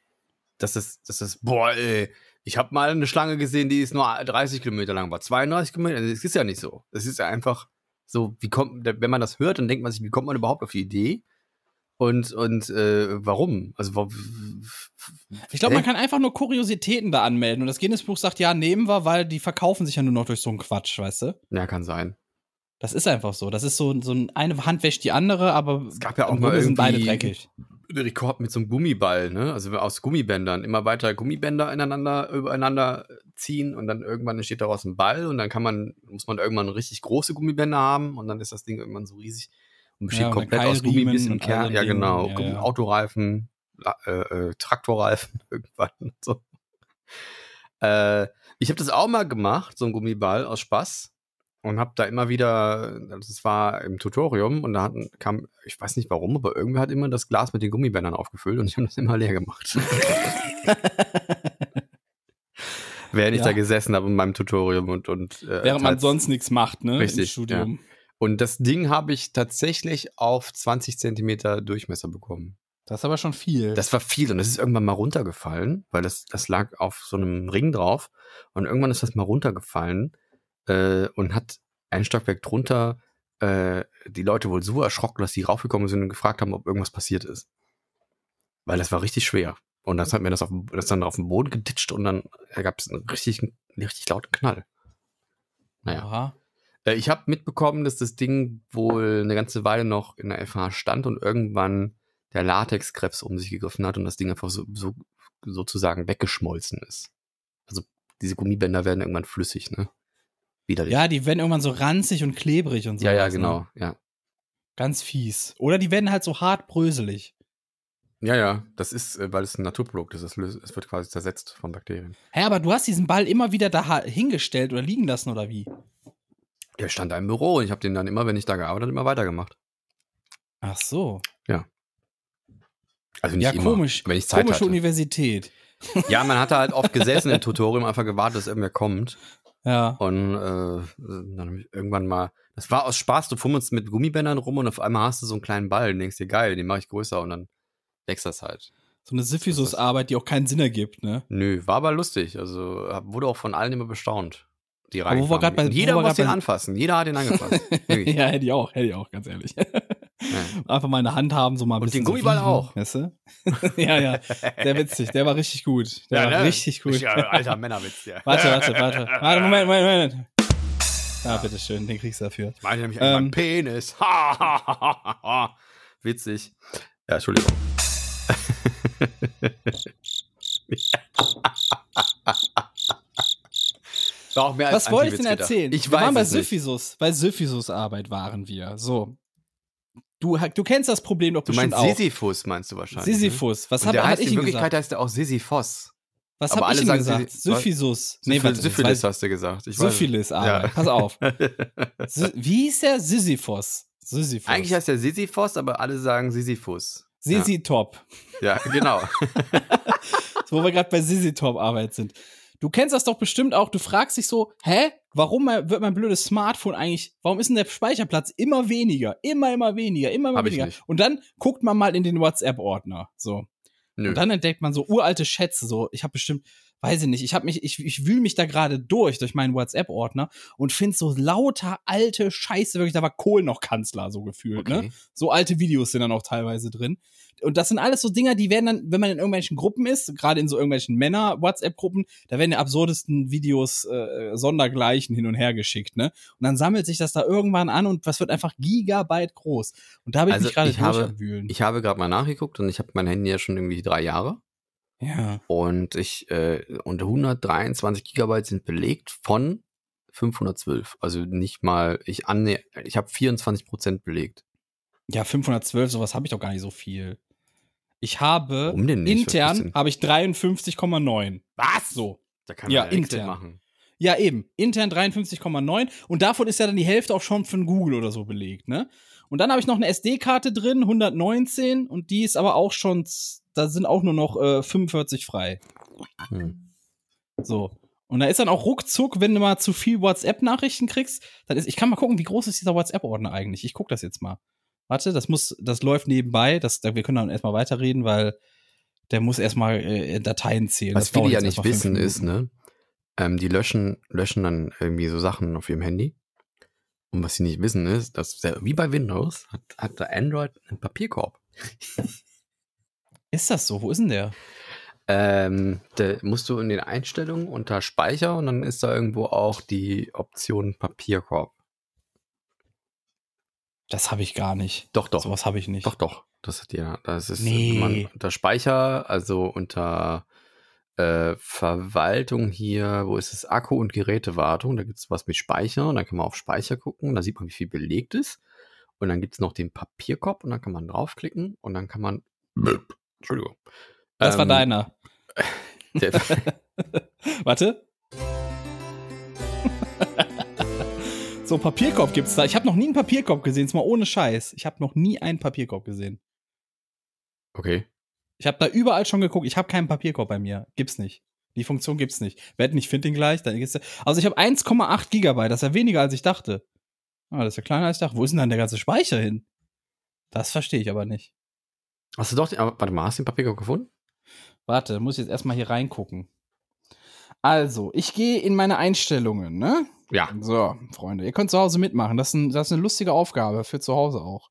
dass das, dass das, boah, ey, ich habe mal eine Schlange gesehen, die ist nur 30 Kilometer lang, war 32 Kilometer. Also Es ist ja nicht so. Es ist ja einfach so, wie kommt, wenn man das hört, dann denkt man sich, wie kommt man überhaupt auf die Idee? Und, und äh, warum? Also wa-
Ich glaube, man
Hä?
kann einfach nur Kuriositäten da anmelden. Und das Guinness-Buch sagt, ja, nehmen wir, weil die verkaufen sich ja nur noch durch so einen Quatsch, weißt du?
Ja, kann sein.
Das ist einfach so. Das ist so, so ein, eine Hand wäscht die andere, aber
Es gab ja auch
im
mal
Grunde sind
irgendwie
beide dreckig.
einen Rekord mit so einem Gummiball, ne? Also aus Gummibändern. Immer weiter Gummibänder ineinander, übereinander ziehen und dann irgendwann entsteht daraus ein Ball und dann kann man, muss man irgendwann richtig große Gummibänder haben und dann ist das Ding irgendwann so riesig und besteht
Ja, und dann
komplett aus
Keilriemen
Gummibissen und
und
Kern.
all
Ja,
den
genau.
Dingen, ja, ja.
Autoreifen, La- äh, äh, Traktorreifen <laughs> irgendwann und so. Äh, ich habe das auch mal gemacht, so ein Gummiball aus Spaß. Und habe da immer wieder, das war im Tutorium und da hatten, kam, ich weiß nicht warum, aber irgendwer hat immer das Glas mit den Gummibändern aufgefüllt und ich habe das immer leer
<laughs>
gemacht. Während ich
Ja.
da gesessen habe in meinem Tutorium und. und äh,
Während man
teils-
sonst nichts macht, ne? Im
Richtig,
Studium.
Und das Ding habe ich tatsächlich auf 20 Zentimeter Durchmesser bekommen.
Das ist aber schon viel.
Das war viel und das ist irgendwann mal runtergefallen, weil das, das lag auf so einem Ring drauf und irgendwann ist das mal runtergefallen äh, und hat ein Stockwerk drunter äh, die Leute wohl so erschrocken, dass sie raufgekommen sind und gefragt haben, ob irgendwas passiert ist. Weil das war richtig schwer. Und das hat mir das, auf, dem- das dann auf den Boden geditscht und dann gab es einen richtig, einen richtig lauten Knall. Naja.
Aha.
Äh, Ich habe mitbekommen, dass das Ding wohl eine ganze Weile noch in der FH stand und irgendwann der Latexkrebs um sich gegriffen hat und das Ding einfach so, so sozusagen weggeschmolzen ist. Also diese Gummibänder werden irgendwann flüssig, ne? Widerlich.
Ja, die werden irgendwann so ranzig und klebrig und so.
ja, ja,
was, ne?
genau. Ja.
Ganz fies. Oder die werden halt so hart bröselig.
ja, ja, das ist, äh, weil es ein Naturprodukt ist. Es, löst, es wird quasi zersetzt von Bakterien.
Hä, aber du hast diesen Ball immer wieder da ha- hingestellt oder liegen lassen oder wie?
Der stand da im Büro und ich habe den dann immer, wenn ich da gearbeitet habe, immer weitergemacht.
Ach so.
Also nicht
Ja,
immer,
komisch.
wenn ich Zeit
Komische
hatte.
Universität.
Ja, man hat da halt oft gesessen im Tutorium, einfach gewartet, dass irgendwer kommt.
Ja.
Und äh, dann hab ich irgendwann mal, das war aus Spaß, du fummelst mit Gummibändern rum und auf einmal hast du so einen kleinen Ball und denkst dir, geil, den mache ich größer und dann wächst das halt.
So eine Syphisus-Arbeit, die auch keinen Sinn ergibt, ne?
Nö, war aber lustig. Also hab- wurde auch von allen immer bestaunt, die
Aber wo wir
reinkamen.
grad bei-
Und
wo
jeder
wir
muss
grad
den
bei-
anfassen, jeder hat den angefasst.
<laughs>
Wirklich.
ja, hätte ich auch, hätte ich auch, ganz ehrlich.
Ja.
Einfach mal in der Hand haben, so mal ein
Und
bisschen.
den Gummiball
so wiegen,
auch.
Weißt du? <laughs> ja, ja. Der witzig, der war richtig gut. Der
Ja,
war
ne?
richtig gut.
Richtig, äh,
<laughs>
alter Männerwitz, ja.
Warte, warte, warte. Warte, Moment, Moment, Moment. Ah, bitteschön, den kriegst du dafür.
Ich meine nämlich
Ähm.
ähm, Penis. <laughs> Ha, ha, ha, ha, ha. Witzig. Ja, Entschuldigung. <laughs> War auch mehr als
Was wollte ich denn
Antiwitz
erzählen?
gedacht. Ich
wir
weiß
waren bei
es nicht.
Syphisus. Bei Syphisus-Arbeit waren wir. So. Du, ha- du kennst das Problem doch
Du
bestimmt
meinst
auch.
Sisyphus, meinst du wahrscheinlich.
Sisyphus.
Ne?
Was
Und
hab,
der
hat
heißt,
ich
in
ihm
Wirklichkeit
gesagt?
heißt er auch Sisyphos.
Was
aber
hab
alle
ich ihm
sagen
gesagt?
Sisi- was?
Syphisus.
Nee,
Nee, warte, das
Syphilis
war-
hast du gesagt. Ich weiß es.
Syphilis-Arbeit.
Ja.
Pass auf. Sy wie hieß der? Sisyphos.
<laughs>
Sisyphos.
Eigentlich heißt er Sisyphos, aber alle sagen Sisyphus.
Sisi Top.
Ja,
<laughs>
genau.
Wo wir gerade bei Sisi Top Arbeit sind. Du kennst das doch bestimmt auch. Du fragst dich so, hä? Warum mein- wird mein blödes Smartphone eigentlich, warum ist denn der Speicherplatz immer weniger? Immer, immer weniger, immer, immer
Hab ich
weniger.
nicht.
Und dann guckt man mal in den WhatsApp-Ordner. So.
Nö.
Und dann entdeckt man so uralte Schätze. So, ich habe bestimmt, weiß ich nicht, ich habe mich, ich, ich wühl mich da gerade durch, durch meinen WhatsApp-Ordner und find so lauter alte Scheiße, wirklich, da war Kohl noch Kanzler, so gefühlt, ne?
okay.
So alte Videos sind dann auch teilweise drin. Und das sind alles so Dinger, die werden dann, wenn man in irgendwelchen Gruppen ist, gerade in so irgendwelchen Männer-WhatsApp-Gruppen, da werden die absurdesten Videos äh, sondergleichen hin und her geschickt, ne? Und dann sammelt sich das da irgendwann an und das wird einfach Gigabyte groß. Und da bin
Also,
ich mich gerade
ich habe-
durchwühlen.
Ich habe gerade mal nachgeguckt und ich habe mein Handy ja schon irgendwie drei Jahre.
Ja.
Und ich, äh, und 123 Gigabyte sind belegt von 512. Also nicht mal, ich annäher, ich habe 24 Prozent belegt.
Ja, 512, sowas habe ich doch gar nicht so viel. Ich habe
Warum denn nicht? Was ist
intern
denn-
habe ich 53,9. Was? So.
Da kann
ja,
man ja nichts
intern.
machen.
Ja, eben. Intern 53,9. Und davon ist ja dann die Hälfte auch schon von Google oder so belegt, ne? Und dann habe ich noch eine SD-Karte drin, 119, und die ist aber auch schon, z- da sind auch nur noch äh, 45 frei.
Hm.
So. Und da ist dann auch ruckzuck, wenn du mal zu viel WhatsApp-Nachrichten kriegst, dann ist, ich kann mal gucken, wie groß ist dieser WhatsApp-Ordner eigentlich? Ich guck das jetzt mal. Warte, das muss, das läuft nebenbei, das, da- wir können dann erstmal weiterreden, weil der muss erstmal äh, Dateien zählen.
Was
Das dauert
viele ja nicht
jetzt erstmal
wissen
fünf
ist,
Minuten.
ne, ähm, die löschen, löschen dann irgendwie so Sachen auf ihrem Handy. Und was sie nicht wissen ist, dass der, wie bei Windows hat, hat der Android einen Papierkorb.
Ist das so? Wo ist denn der?
Ähm, da musst du in den Einstellungen unter Speicher und dann ist da irgendwo auch die Option Papierkorb.
Das habe ich gar nicht.
Doch, doch.
Sowas habe ich nicht.
Doch, doch. Das hat jeder. Das ist
Nee.
wenn man unter Speicher, also unter äh, Verwaltung hier, wo ist es? Akku- und Gerätewartung. Da gibt es was mit Speicher und dann kann man auf Speicher gucken. Da sieht man, wie viel belegt ist. Und dann gibt es noch den Papierkorb und dann kann man draufklicken und dann kann man. Entschuldigung.
Das war
Ähm,
deiner.
Der,
<laughs>
<laughs>
Warte. so, Papierkorb gibt's da. Ich habe noch nie einen Papierkorb gesehen, jetzt mal ohne Scheiß. Ich habe noch nie einen Papierkorb gesehen.
okay.
Ich habe da überall schon geguckt. Ich habe keinen Papierkorb bei mir. Gibt's nicht. Die Funktion gibt's nicht. Wetten, ich finde den gleich. Dann gibt's also ich habe 1,8 Gigabyte. Das ist ja weniger, als ich dachte. Ah, das ist ja kleiner, als ich dachte. Wo ist denn dann der ganze Speicher hin? Das verstehe ich aber nicht.
Hast du doch den, aber warte mal, hast du den Papierkorb gefunden?
Warte, muss ich jetzt erstmal hier reingucken. Also, ich gehe in meine Einstellungen, ne?
Ja.
So, Freunde, ihr könnt zu Hause mitmachen. Das ist, ein, das ist eine lustige Aufgabe für zu Hause auch.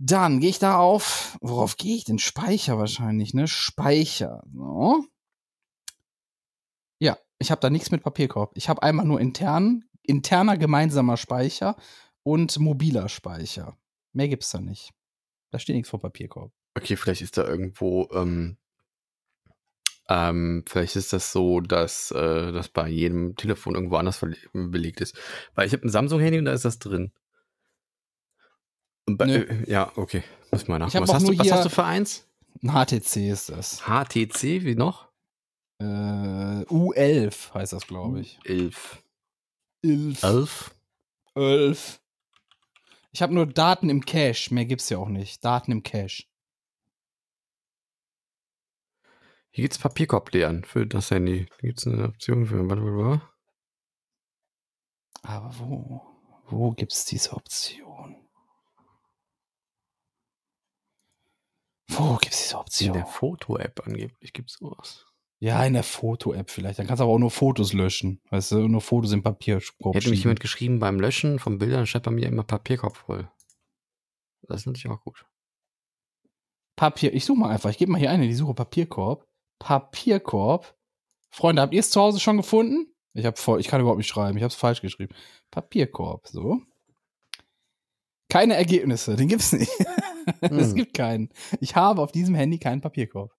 Dann gehe ich da auf, worauf gehe ich denn? Speicher wahrscheinlich, ne? Speicher. So. Ja, ich habe da nichts mit Papierkorb. Ich habe einmal nur intern, interner gemeinsamer Speicher und mobiler Speicher. Mehr gibt's da nicht. Da steht nichts vom Papierkorb.
Okay, vielleicht ist da irgendwo, ähm, ähm, vielleicht ist das so, dass äh, das bei jedem Telefon irgendwo anders verle- ähm, belegt ist. Weil ich habe ein Samsung-Handy und da ist das drin. Und bei,
Nö.
äh, ja, okay. Muss ich mal
Ich
nachgucken.
hab
Was
auch
hast,
nur
du, was
hier-
hast du für eins?
Ein HTC ist das.
HTC, wie noch?
Äh, U11 heißt das, glaube ich.
11.
Elf.
11?
Elf. Ich habe nur Daten im Cache. Mehr gibt's ja auch nicht. Daten im Cache.
Hier gibt's Papierkopfle an für das Handy. Da gibt's eine Option für. blablabla.
Aber wo? Wo gibt's diese Option? Wo gibt's diese
In
Option?
der Foto-App angeblich gibt's sowas.
ja, in der Foto-App vielleicht. Dann kannst du aber auch nur Fotos löschen. Weißt du, nur Fotos im Papier.
Hätte mich jemand geschrieben, beim Löschen von Bildern statt bei mir immer Papierkopf voll. Das ist natürlich auch gut.
Papier. Ich suche mal einfach. Ich gebe mal hier eine, die Suche Papierkorb. Papierkorb. Freunde, habt ihr es zu Hause schon gefunden? Ich habe voll, ich kann überhaupt nicht schreiben. Ich habe es falsch geschrieben. Papierkorb, so. Keine Ergebnisse, den gibt's nicht. <laughs> es
Hm.
gibt keinen. Ich habe auf diesem Handy keinen Papierkorb.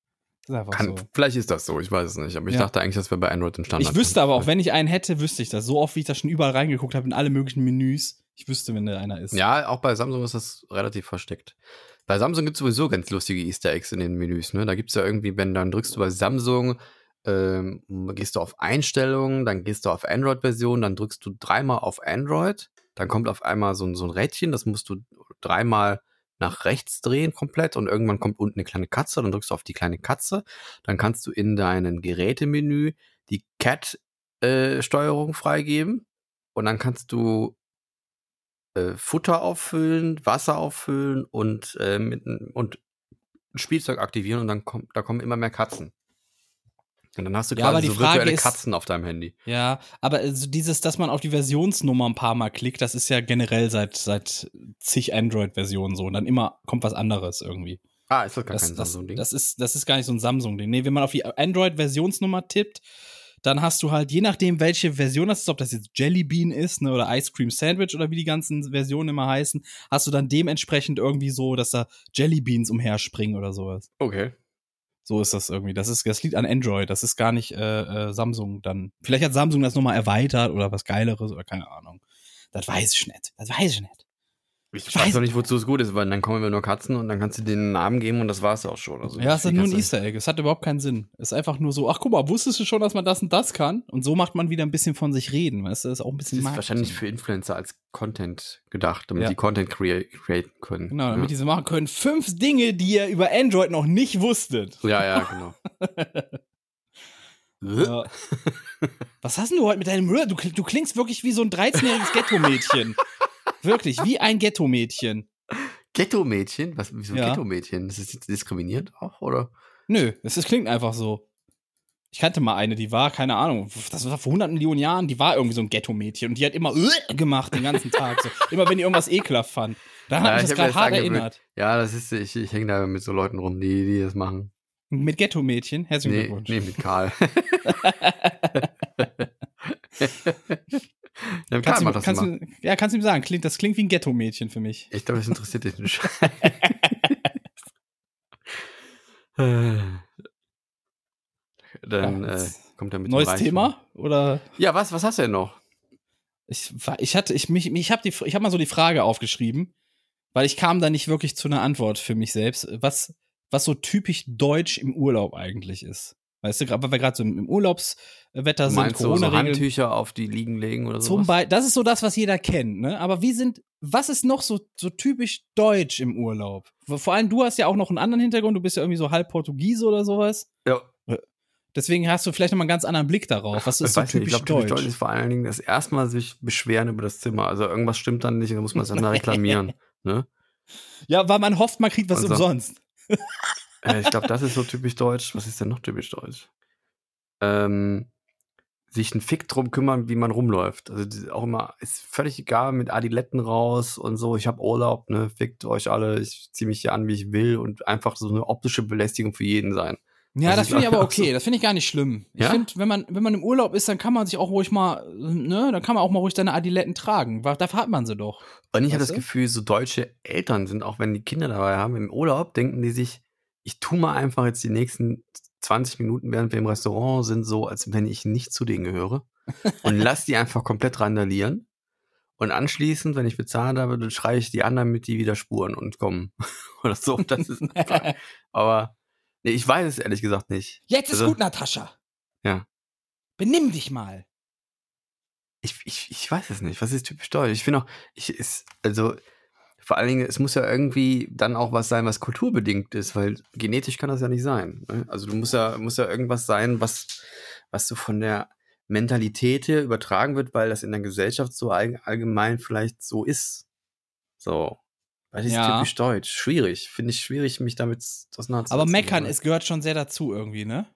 Das ist einfach
Kann,
so.
Vielleicht ist das so, ich weiß es nicht. Aber ich
Ja.
dachte eigentlich, das wäre bei Android im Standard.
Ich wüsste aber auch,
drin.
wenn ich einen hätte, wüsste ich das. So oft, wie ich das schon überall reingeguckt habe, in alle möglichen Menüs. Ich wüsste, wenn da einer ist.
Ja, auch bei Samsung ist das relativ versteckt. Bei Samsung gibt es sowieso ganz lustige Easter Eggs in den Menüs. Ne? Da gibt es ja irgendwie, wenn dann drückst du bei Samsung, ähm, gehst du auf Einstellungen, dann gehst du auf Android-Version, dann drückst du dreimal auf Android, dann kommt auf einmal so, ein- so ein Rädchen, das musst du dreimal nach rechts drehen komplett und irgendwann kommt unten eine kleine Katze, dann drückst du auf die kleine Katze, dann kannst du in deinem Gerätemenü die Cat-Steuerung freigeben und dann kannst du äh, Futter auffüllen, Wasser auffüllen und, äh, mit, n- und ein Spielzeug aktivieren und dann kommt, da kommen immer mehr Katzen. Und dann hast du
Ja,
quasi
aber die
so
Frage
virtuelle
ist-
Katzen auf deinem Handy.
Ja, aber also dieses, dass man auf die Versionsnummer ein paar Mal klickt, das ist ja generell seit, seit zig Android-Versionen so. Und dann immer kommt was anderes irgendwie.
Ah, ist das gar
Das,
kein
das,
Samsung-Ding?
das, ist, das ist gar nicht so ein Samsung-Ding. Nee, wenn man auf die Android-Versionsnummer tippt, dann hast du halt, je nachdem, welche Version das ist, ob das jetzt Jelly Bean ist ne, oder Ice Cream Sandwich oder wie die ganzen Versionen immer heißen, hast du dann dementsprechend irgendwie so, dass da Jelly Beans umherspringen oder sowas.
Okay.
So ist das irgendwie. Das ist das liegt an Android. Das ist gar nicht äh, äh, Samsung dann. Vielleicht hat Samsung das nochmal erweitert oder was Geileres oder keine Ahnung. Das weiß ich nicht. Das weiß ich nicht.
Ich,
Ich
weiß
weiß-
noch nicht, wozu es gut ist, weil dann kommen immer nur Katzen und dann kannst du denen einen Namen geben und das war's auch schon. Also
ja, es ist
viel
nur ein
kannst du-
Easter Egg. Es hat überhaupt keinen Sinn. Es ist einfach nur so, ach guck mal, wusstest du schon, dass man das und das kann? Und so macht man wieder ein bisschen von sich reden. Weißt du, das ist auch ein
Das
bisschen
ist
Marketing.
wahrscheinlich für Influencer als Content gedacht, damit
Ja.
die Content crea createn können.
Genau, damit
ja.
diese machen können. Fünf Dinge, die ihr über Android noch nicht wusstet.
ja, ja, genau.
<laughs>
Äh,
Ja. Was hast denn du heute mit deinem Rühr? Du, kl- du klingst wirklich wie so ein
<laughs>
13-jähriges Ghetto-Mädchen. Wirklich, wie ein Ghetto-Mädchen.
Ghetto-Mädchen? Was, wieso
Ja.
Ghetto-Mädchen? Ist das jetzt diskriminierend auch, oder?
Nö, es ist, klingt einfach so. Ich kannte mal eine, die war, keine Ahnung, das war vor 100 Millionen Jahren, die war irgendwie so ein Ghetto-Mädchen und die hat immer <laughs> gemacht den ganzen Tag. So. Immer wenn die irgendwas ekelhaft fand.
Ja,
Da hat mich
ich hab
das
mir
gerade
das
hart
angewöhnt.
erinnert.
Ja, das ist, ich, ich hänge da mit so Leuten rum, die, die das machen.
Mit Ghetto-Mädchen, herzlichen
Nee,
Glückwunsch.
nee, mit
<laughs>
Karl. <laughs> ja, mit
Kannst
Karl
du,
macht das
kannst
immer.
du, ja, kannst du ihm sagen, klingt, das klingt wie ein Ghetto-Mädchen für mich.
Ich glaube, das interessiert dich
<laughs>
nicht. <laughs> Dann
Ja,
äh,
jetzt-
kommt er mit dem
Neues
Reichtum.
Thema? Oder
Ja, was, was hast du denn noch?
ich, war- ich hatte, ich, mich, ich habe hab mal so die Frage aufgeschrieben, weil ich kam da nicht wirklich zu einer Antwort für mich selbst, was, was so typisch deutsch im Urlaub eigentlich ist. Weißt du, gerade weil wir gerade so im im Urlaubswetter
Du
sind,
meinst du, so
Corona-Regeln.
Handtücher auf die Liegen legen oder so?
Zum Beispiel, das ist so das, was jeder kennt, ne? Aber wie sind, was ist noch so, so typisch deutsch im Urlaub? Vor allem, du hast ja auch noch einen anderen Hintergrund, du bist ja irgendwie so halb Portugiese oder sowas.
Ja.
Deswegen hast du vielleicht nochmal einen ganz anderen Blick darauf. Was ist so
weiß nicht,
typisch
ich glaube,
deutsch?
typisch deutsch ist vor allen Dingen das erstmal sich beschweren über das Zimmer. Also irgendwas stimmt dann nicht, dann muss man es erstmal
<laughs>
reklamieren. Ne?
Ja, weil man hofft, man kriegt was
Also-
umsonst.
Äh, ich glaube, das ist so typisch deutsch. Was ist denn noch typisch deutsch? Ähm, sich einen Fick drum kümmern, wie man rumläuft. Also die- auch immer, ist völlig egal, mit Adiletten raus und so. Ich habe Urlaub, ne? Fickt euch alle, ich ziehe mich hier an, wie ich will und einfach so eine optische Belästigung für jeden sein.
Ja,
Also
das
ich
finde ich
glaub,
aber
also-
okay. Das finde ich gar nicht schlimm. Ich
Ja?
finde, wenn man, wenn man im Urlaub ist, dann kann man sich auch ruhig mal, äh, ne, dann kann man auch mal ruhig seine Adiletten tragen. Wa- Dafür hat man sie doch. <laughs>
Und ich habe
Weißt
das
du?
Gefühl, so deutsche Eltern sind, auch wenn die Kinder dabei haben, im Urlaub denken die sich, ich tue mal einfach jetzt die nächsten 20 Minuten, während wir im Restaurant sind, so, als wenn ich nicht zu denen gehöre
<laughs>
und lass die einfach komplett randalieren. Und anschließend, wenn ich bezahlt habe, dann schreie ich die anderen mit, die wieder spuren und kommen. <laughs> Oder so. Das ist
<laughs>
einfach. Aber nee, ich weiß es ehrlich gesagt nicht.
Jetzt ist
Also-
gut, Natascha.
Ja.
Benimm dich mal.
Ich, ich, ich weiß es nicht. Was ist typisch deutsch? Ich finde auch, ich ist, also vor allen Dingen, es muss ja irgendwie dann auch was sein, was kulturbedingt ist, weil genetisch kann das ja nicht sein. Ne? Also du musst ja, muss ja irgendwas sein, was, was so von der Mentalität her übertragen wird, weil das in der Gesellschaft so all, allgemein vielleicht so ist. So. Was ist
Ja.
typisch deutsch? Schwierig. Finde ich schwierig, mich damit auseinanderzusetzen.
Aber meckern,
ist
es gehört schon sehr dazu irgendwie, ne?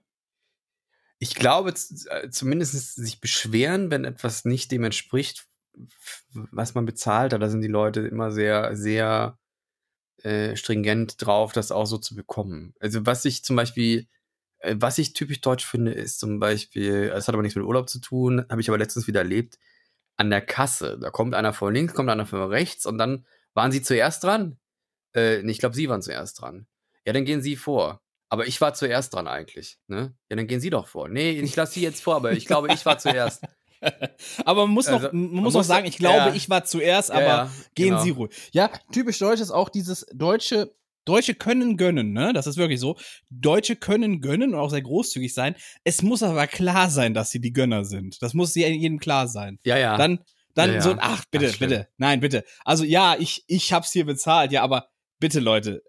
ich glaube, z- äh, zumindest sich beschweren, wenn etwas nicht dem entspricht, f- was man bezahlt hat. Da sind die Leute immer sehr, sehr äh, stringent drauf, das auch so zu bekommen. Also, was ich zum Beispiel, äh, was ich typisch deutsch finde, ist zum Beispiel, das hat aber nichts mit Urlaub zu tun, habe ich aber letztens wieder erlebt, an der Kasse. Da kommt einer von links, kommt einer von rechts und dann waren sie zuerst dran. Äh, nee, ich glaube, sie waren zuerst dran. Ja, dann gehen sie vor. Aber ich war zuerst dran eigentlich. Ne? Ja, dann gehen Sie doch vor. Nee, ich lasse Sie jetzt vor, aber ich glaube, ich war zuerst.
Aber man muss noch,
Also,
man muss
man
noch
muss-
sagen, ich glaube,
ja.
ich war zuerst, aber
ja, ja,
gehen
genau.
Sie ruhig. Ja, typisch deutsch ist auch dieses deutsche, Deutsche können gönnen, ne? Das ist wirklich so. Deutsche können gönnen und auch sehr großzügig sein. Es muss aber klar sein, dass sie die Gönner sind. Das muss ja jedem klar sein.
Ja, ja.
Dann,
Ah.
dann
Ja, ja.
so ein, ach, bitte,
Ach, schlimm.
bitte, nein, bitte. Also ja, ich, ich hab's hier bezahlt, ja, aber bitte, Leute,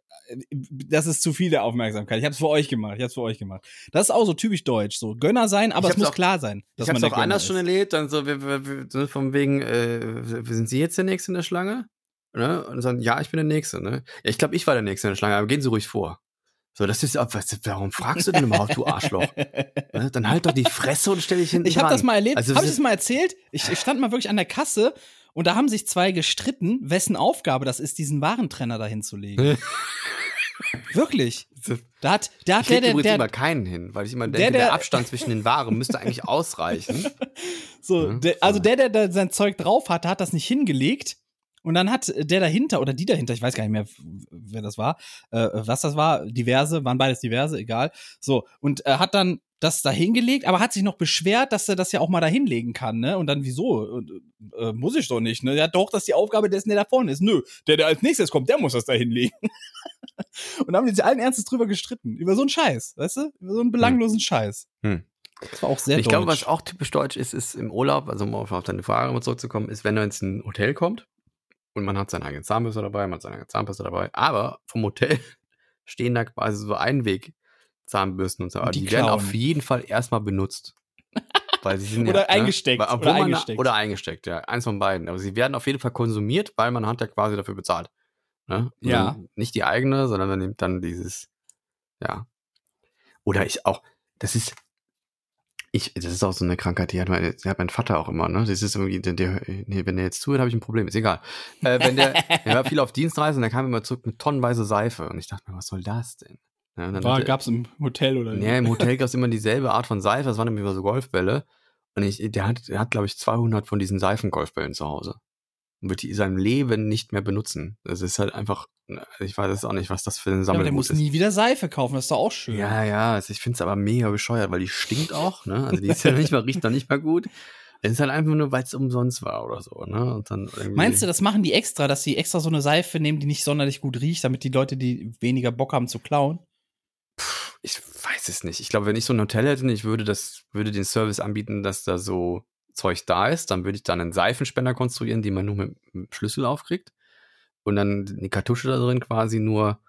das ist zu viel der Aufmerksamkeit. Ich hab's für euch gemacht, ich hab's für euch gemacht. Das ist auch so typisch deutsch, so Gönner sein, aber
Ich
es
hab's
muss
auch-
klar sein,
ich habe es
der
auch anders
Gönner
schon
ist.
erlebt. Dann so, wir, wir, wir, so von wegen, äh, sind Sie jetzt der Nächste in der Schlange? Ne? Und sagen, ja, ich bin der Nächste. Ne? Ja, ich glaube, ich war der Nächste in der Schlange, aber gehen Sie ruhig vor. So, das ist, was, warum fragst du denn überhaupt, du Arschloch?
<laughs>
Ne? Dann halt doch die Fresse und stell dich hinten
Ich habe
dran.
das mal erlebt.
Also,
habe
wir
ich das
sind-
mal erzählt? Ich, ich stand mal wirklich an der Kasse und da haben sich zwei gestritten, wessen Aufgabe das ist, diesen Warentrenner dahin
<laughs>
zu legen. wirklich. Da hat, da hat
Ich
der,
lege
der,
übrigens immer
der,
keinen hin, weil ich immer
der,
denke, der,
der-
Abstand zwischen den Waren müsste eigentlich ausreichen.
so,
Mhm.
der, also der, der da sein Zeug drauf hatte, hat das nicht hingelegt. Und dann hat der dahinter oder die dahinter, ich weiß gar nicht mehr, wer das war, äh, was das war, diverse, waren beides diverse, egal. So, und äh, hat dann das da hingelegt, aber hat sich noch beschwert, dass er das ja auch mal da hinlegen kann, ne? Und dann, wieso? Und, äh, muss ich doch nicht, ne? Ja, doch, das ist die Aufgabe dessen, der da vorne ist. Nö, der, der als nächstes kommt, der muss das da hinlegen. <laughs> und da haben die sich allen Ernstes drüber gestritten. Über so einen Scheiß, weißt du? Über so einen belanglosen Scheiß.
Hm.
Das war auch sehr
ich glaube,
deutsch.
was auch typisch deutsch ist, ist im Urlaub, also um auf auf deine Frage mal zurückzukommen, ist, wenn man ins ein Hotel kommt und man hat seine eigene Zahnbürste dabei, man hat seine eigene Zahnbürste dabei, aber vom Hotel <laughs> stehen da quasi so Einweg-Zahnbürsten und so. Aber
Und die
die, werden
klauen.
auf jeden Fall erstmal benutzt. Weil sie sind
<laughs> Oder
ja,
eingesteckt,
Ne? Weil,
oder
obwohl man-
eingesteckt.
Oder eingesteckt, ja. Eins von beiden. Aber sie werden auf jeden Fall konsumiert, weil man hat ja quasi dafür bezahlt. Ne? Und
Ja.
dann Nicht die eigene, sondern man nimmt dann dieses, ja. Oder ich auch, das ist, ich, das ist auch so eine Krankheit, die hat mein, die hat mein Vater auch immer, ne? Das ist irgendwie, der, der, nee, wenn der jetzt zuhört, habe ich ein Problem, ist egal. Äh, wenn
<laughs>
der, der war viel auf Dienstreise und der kam immer zurück mit tonnenweise Seife. Und ich dachte mir, was soll das denn? Ja, und dann
War,
hat er-
gab's im Hotel oder
ja, im Hotel gab es immer dieselbe Art von Seife, das waren nämlich immer so Golfbälle. Und ich, der hat, der hat glaube ich, 200 von diesen Seifengolfbällen zu Hause. Und wird die in seinem Leben nicht mehr benutzen. Das ist halt einfach, ich weiß jetzt auch nicht, was das für ein
Ja, aber der
Sammelgut
muss
ist.
nie wieder Seife kaufen, das ist doch auch schön.
Ja, ja, also ich finde es aber mega bescheuert, weil die stinkt auch, ne? Also die ist ja nicht mal, riecht noch nicht mal gut. Es ist halt einfach nur, weil es umsonst war oder so, ne? Und dann irgendwie-
Meinst du, das machen die extra, dass sie extra so eine Seife nehmen, die nicht sonderlich gut riecht, damit die Leute, die weniger Bock haben zu klauen?
Ich weiß es nicht. Ich glaube, wenn ich so ein Hotel hätte, und ich würde das, würde den Service anbieten, dass da so Zeug da ist, dann würde ich dann einen Seifenspender konstruieren, den man nur mit einem Schlüssel aufkriegt und dann die Kartusche da drin quasi nur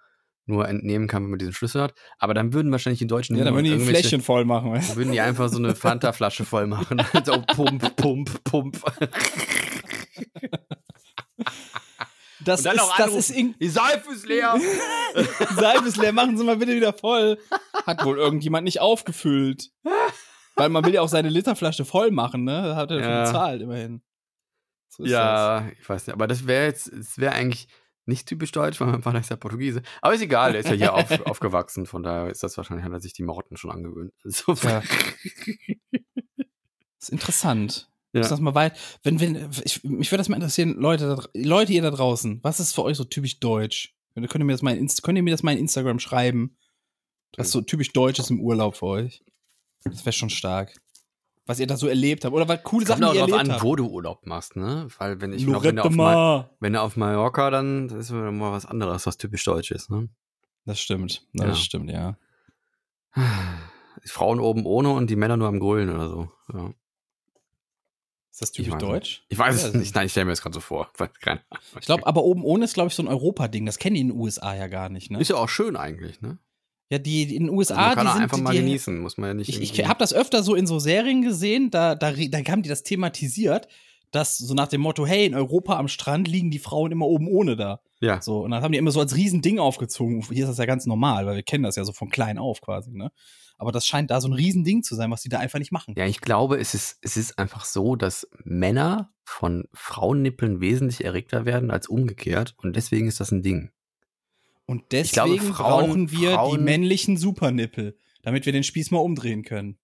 nur entnehmen kann, wenn man diesen Schlüssel hat. Aber dann würden wahrscheinlich die Deutschen nur irgendwelche-
voll machen. weißt
würden die einfach so eine Fanta-Flasche voll machen. <laughs> so pump, pump, pump.
du? Das,
dann
ist,
noch
das
anrufen.
ist irgendwie.
Die Seife ist leer.
Seife ist leer, machen Sie mal bitte wieder voll. Hat wohl irgendjemand nicht aufgefüllt. Weil man will ja auch seine Literflasche voll machen, ne? Da hat er schon
Ja.
bezahlt, immerhin. So ist
Ja, ich weiß nicht. Aber das wäre jetzt, es wäre eigentlich nicht typisch deutsch, weil mein Vater ist ja Portugiese. Aber ist egal, der ist ja hier auf,
<laughs>
aufgewachsen, von daher ist das wahrscheinlich, hat er sich die Morten schon angewöhnt. <laughs> So,
Ja. Das ist interessant.
Ja.
Ist das mal weit? Wenn, wenn, ich, mich würde das mal interessieren, Leute, da, dr- Leute, ihr da draußen, was ist für euch so typisch deutsch? Könnt ihr mir das mal, in Inst- könnt ihr mir das mal in Instagram schreiben? Was so typisch Deutsches im Urlaub für euch. Das wäre schon stark. Was ihr da so erlebt habt. Oder was coole
Kommt
Sachen
auch
die ihr
drauf
erlebt
an,
habt.
wo du Urlaub machst, ne? Weil wenn ich noch,
Lorette
wenn, du auf Ma
Mar.
wenn du auf Mallorca, dann das ist wieder mal was anderes, was typisch deutsch ist, ne? <sighs>
Das stimmt. Das
Ja.
stimmt, ja.
Die Frauen oben ohne und die Männer nur am Grölen oder so. Ja.
Ist das
Ich
typisch
weiß
deutsch?
Ich weiß
Ja,
es nicht. Nein, ich stelle mir das gerade so vor. <laughs> Weiß keine Ahnung.
Ich glaube, aber oben ohne ist, glaube ich, so ein Europa-Ding. Das kennen die in den USA ja gar nicht, ne?
ist ja auch schön eigentlich, ne?
ja, die die in den
Also
USA,
man kann
die
auch
sind
einfach
die,
mal
die,
genießen, muss man ja nicht.
Ich, ich
irgendwie-
habe das öfter so in so Serien gesehen, da, da, re- da haben die das thematisiert, dass so nach dem Motto, hey, in Europa am Strand liegen die Frauen immer oben ohne da.
ja.
So, und dann haben die immer so als Riesending aufgezogen. Hier ist das ja ganz normal, weil wir kennen das ja so von klein auf quasi, ne? Aber das scheint da so ein Riesending zu sein, was die da einfach nicht machen.
Ja, ich glaube, es ist, es ist einfach so, dass Männer von Frauennippeln wesentlich erregter werden als umgekehrt. Und deswegen ist das ein Ding.
Und
Ich glaube,
deswegen
Frauen-
brauchen wir die
Frauen-
männlichen Supernippel, damit wir den Spieß mal umdrehen können.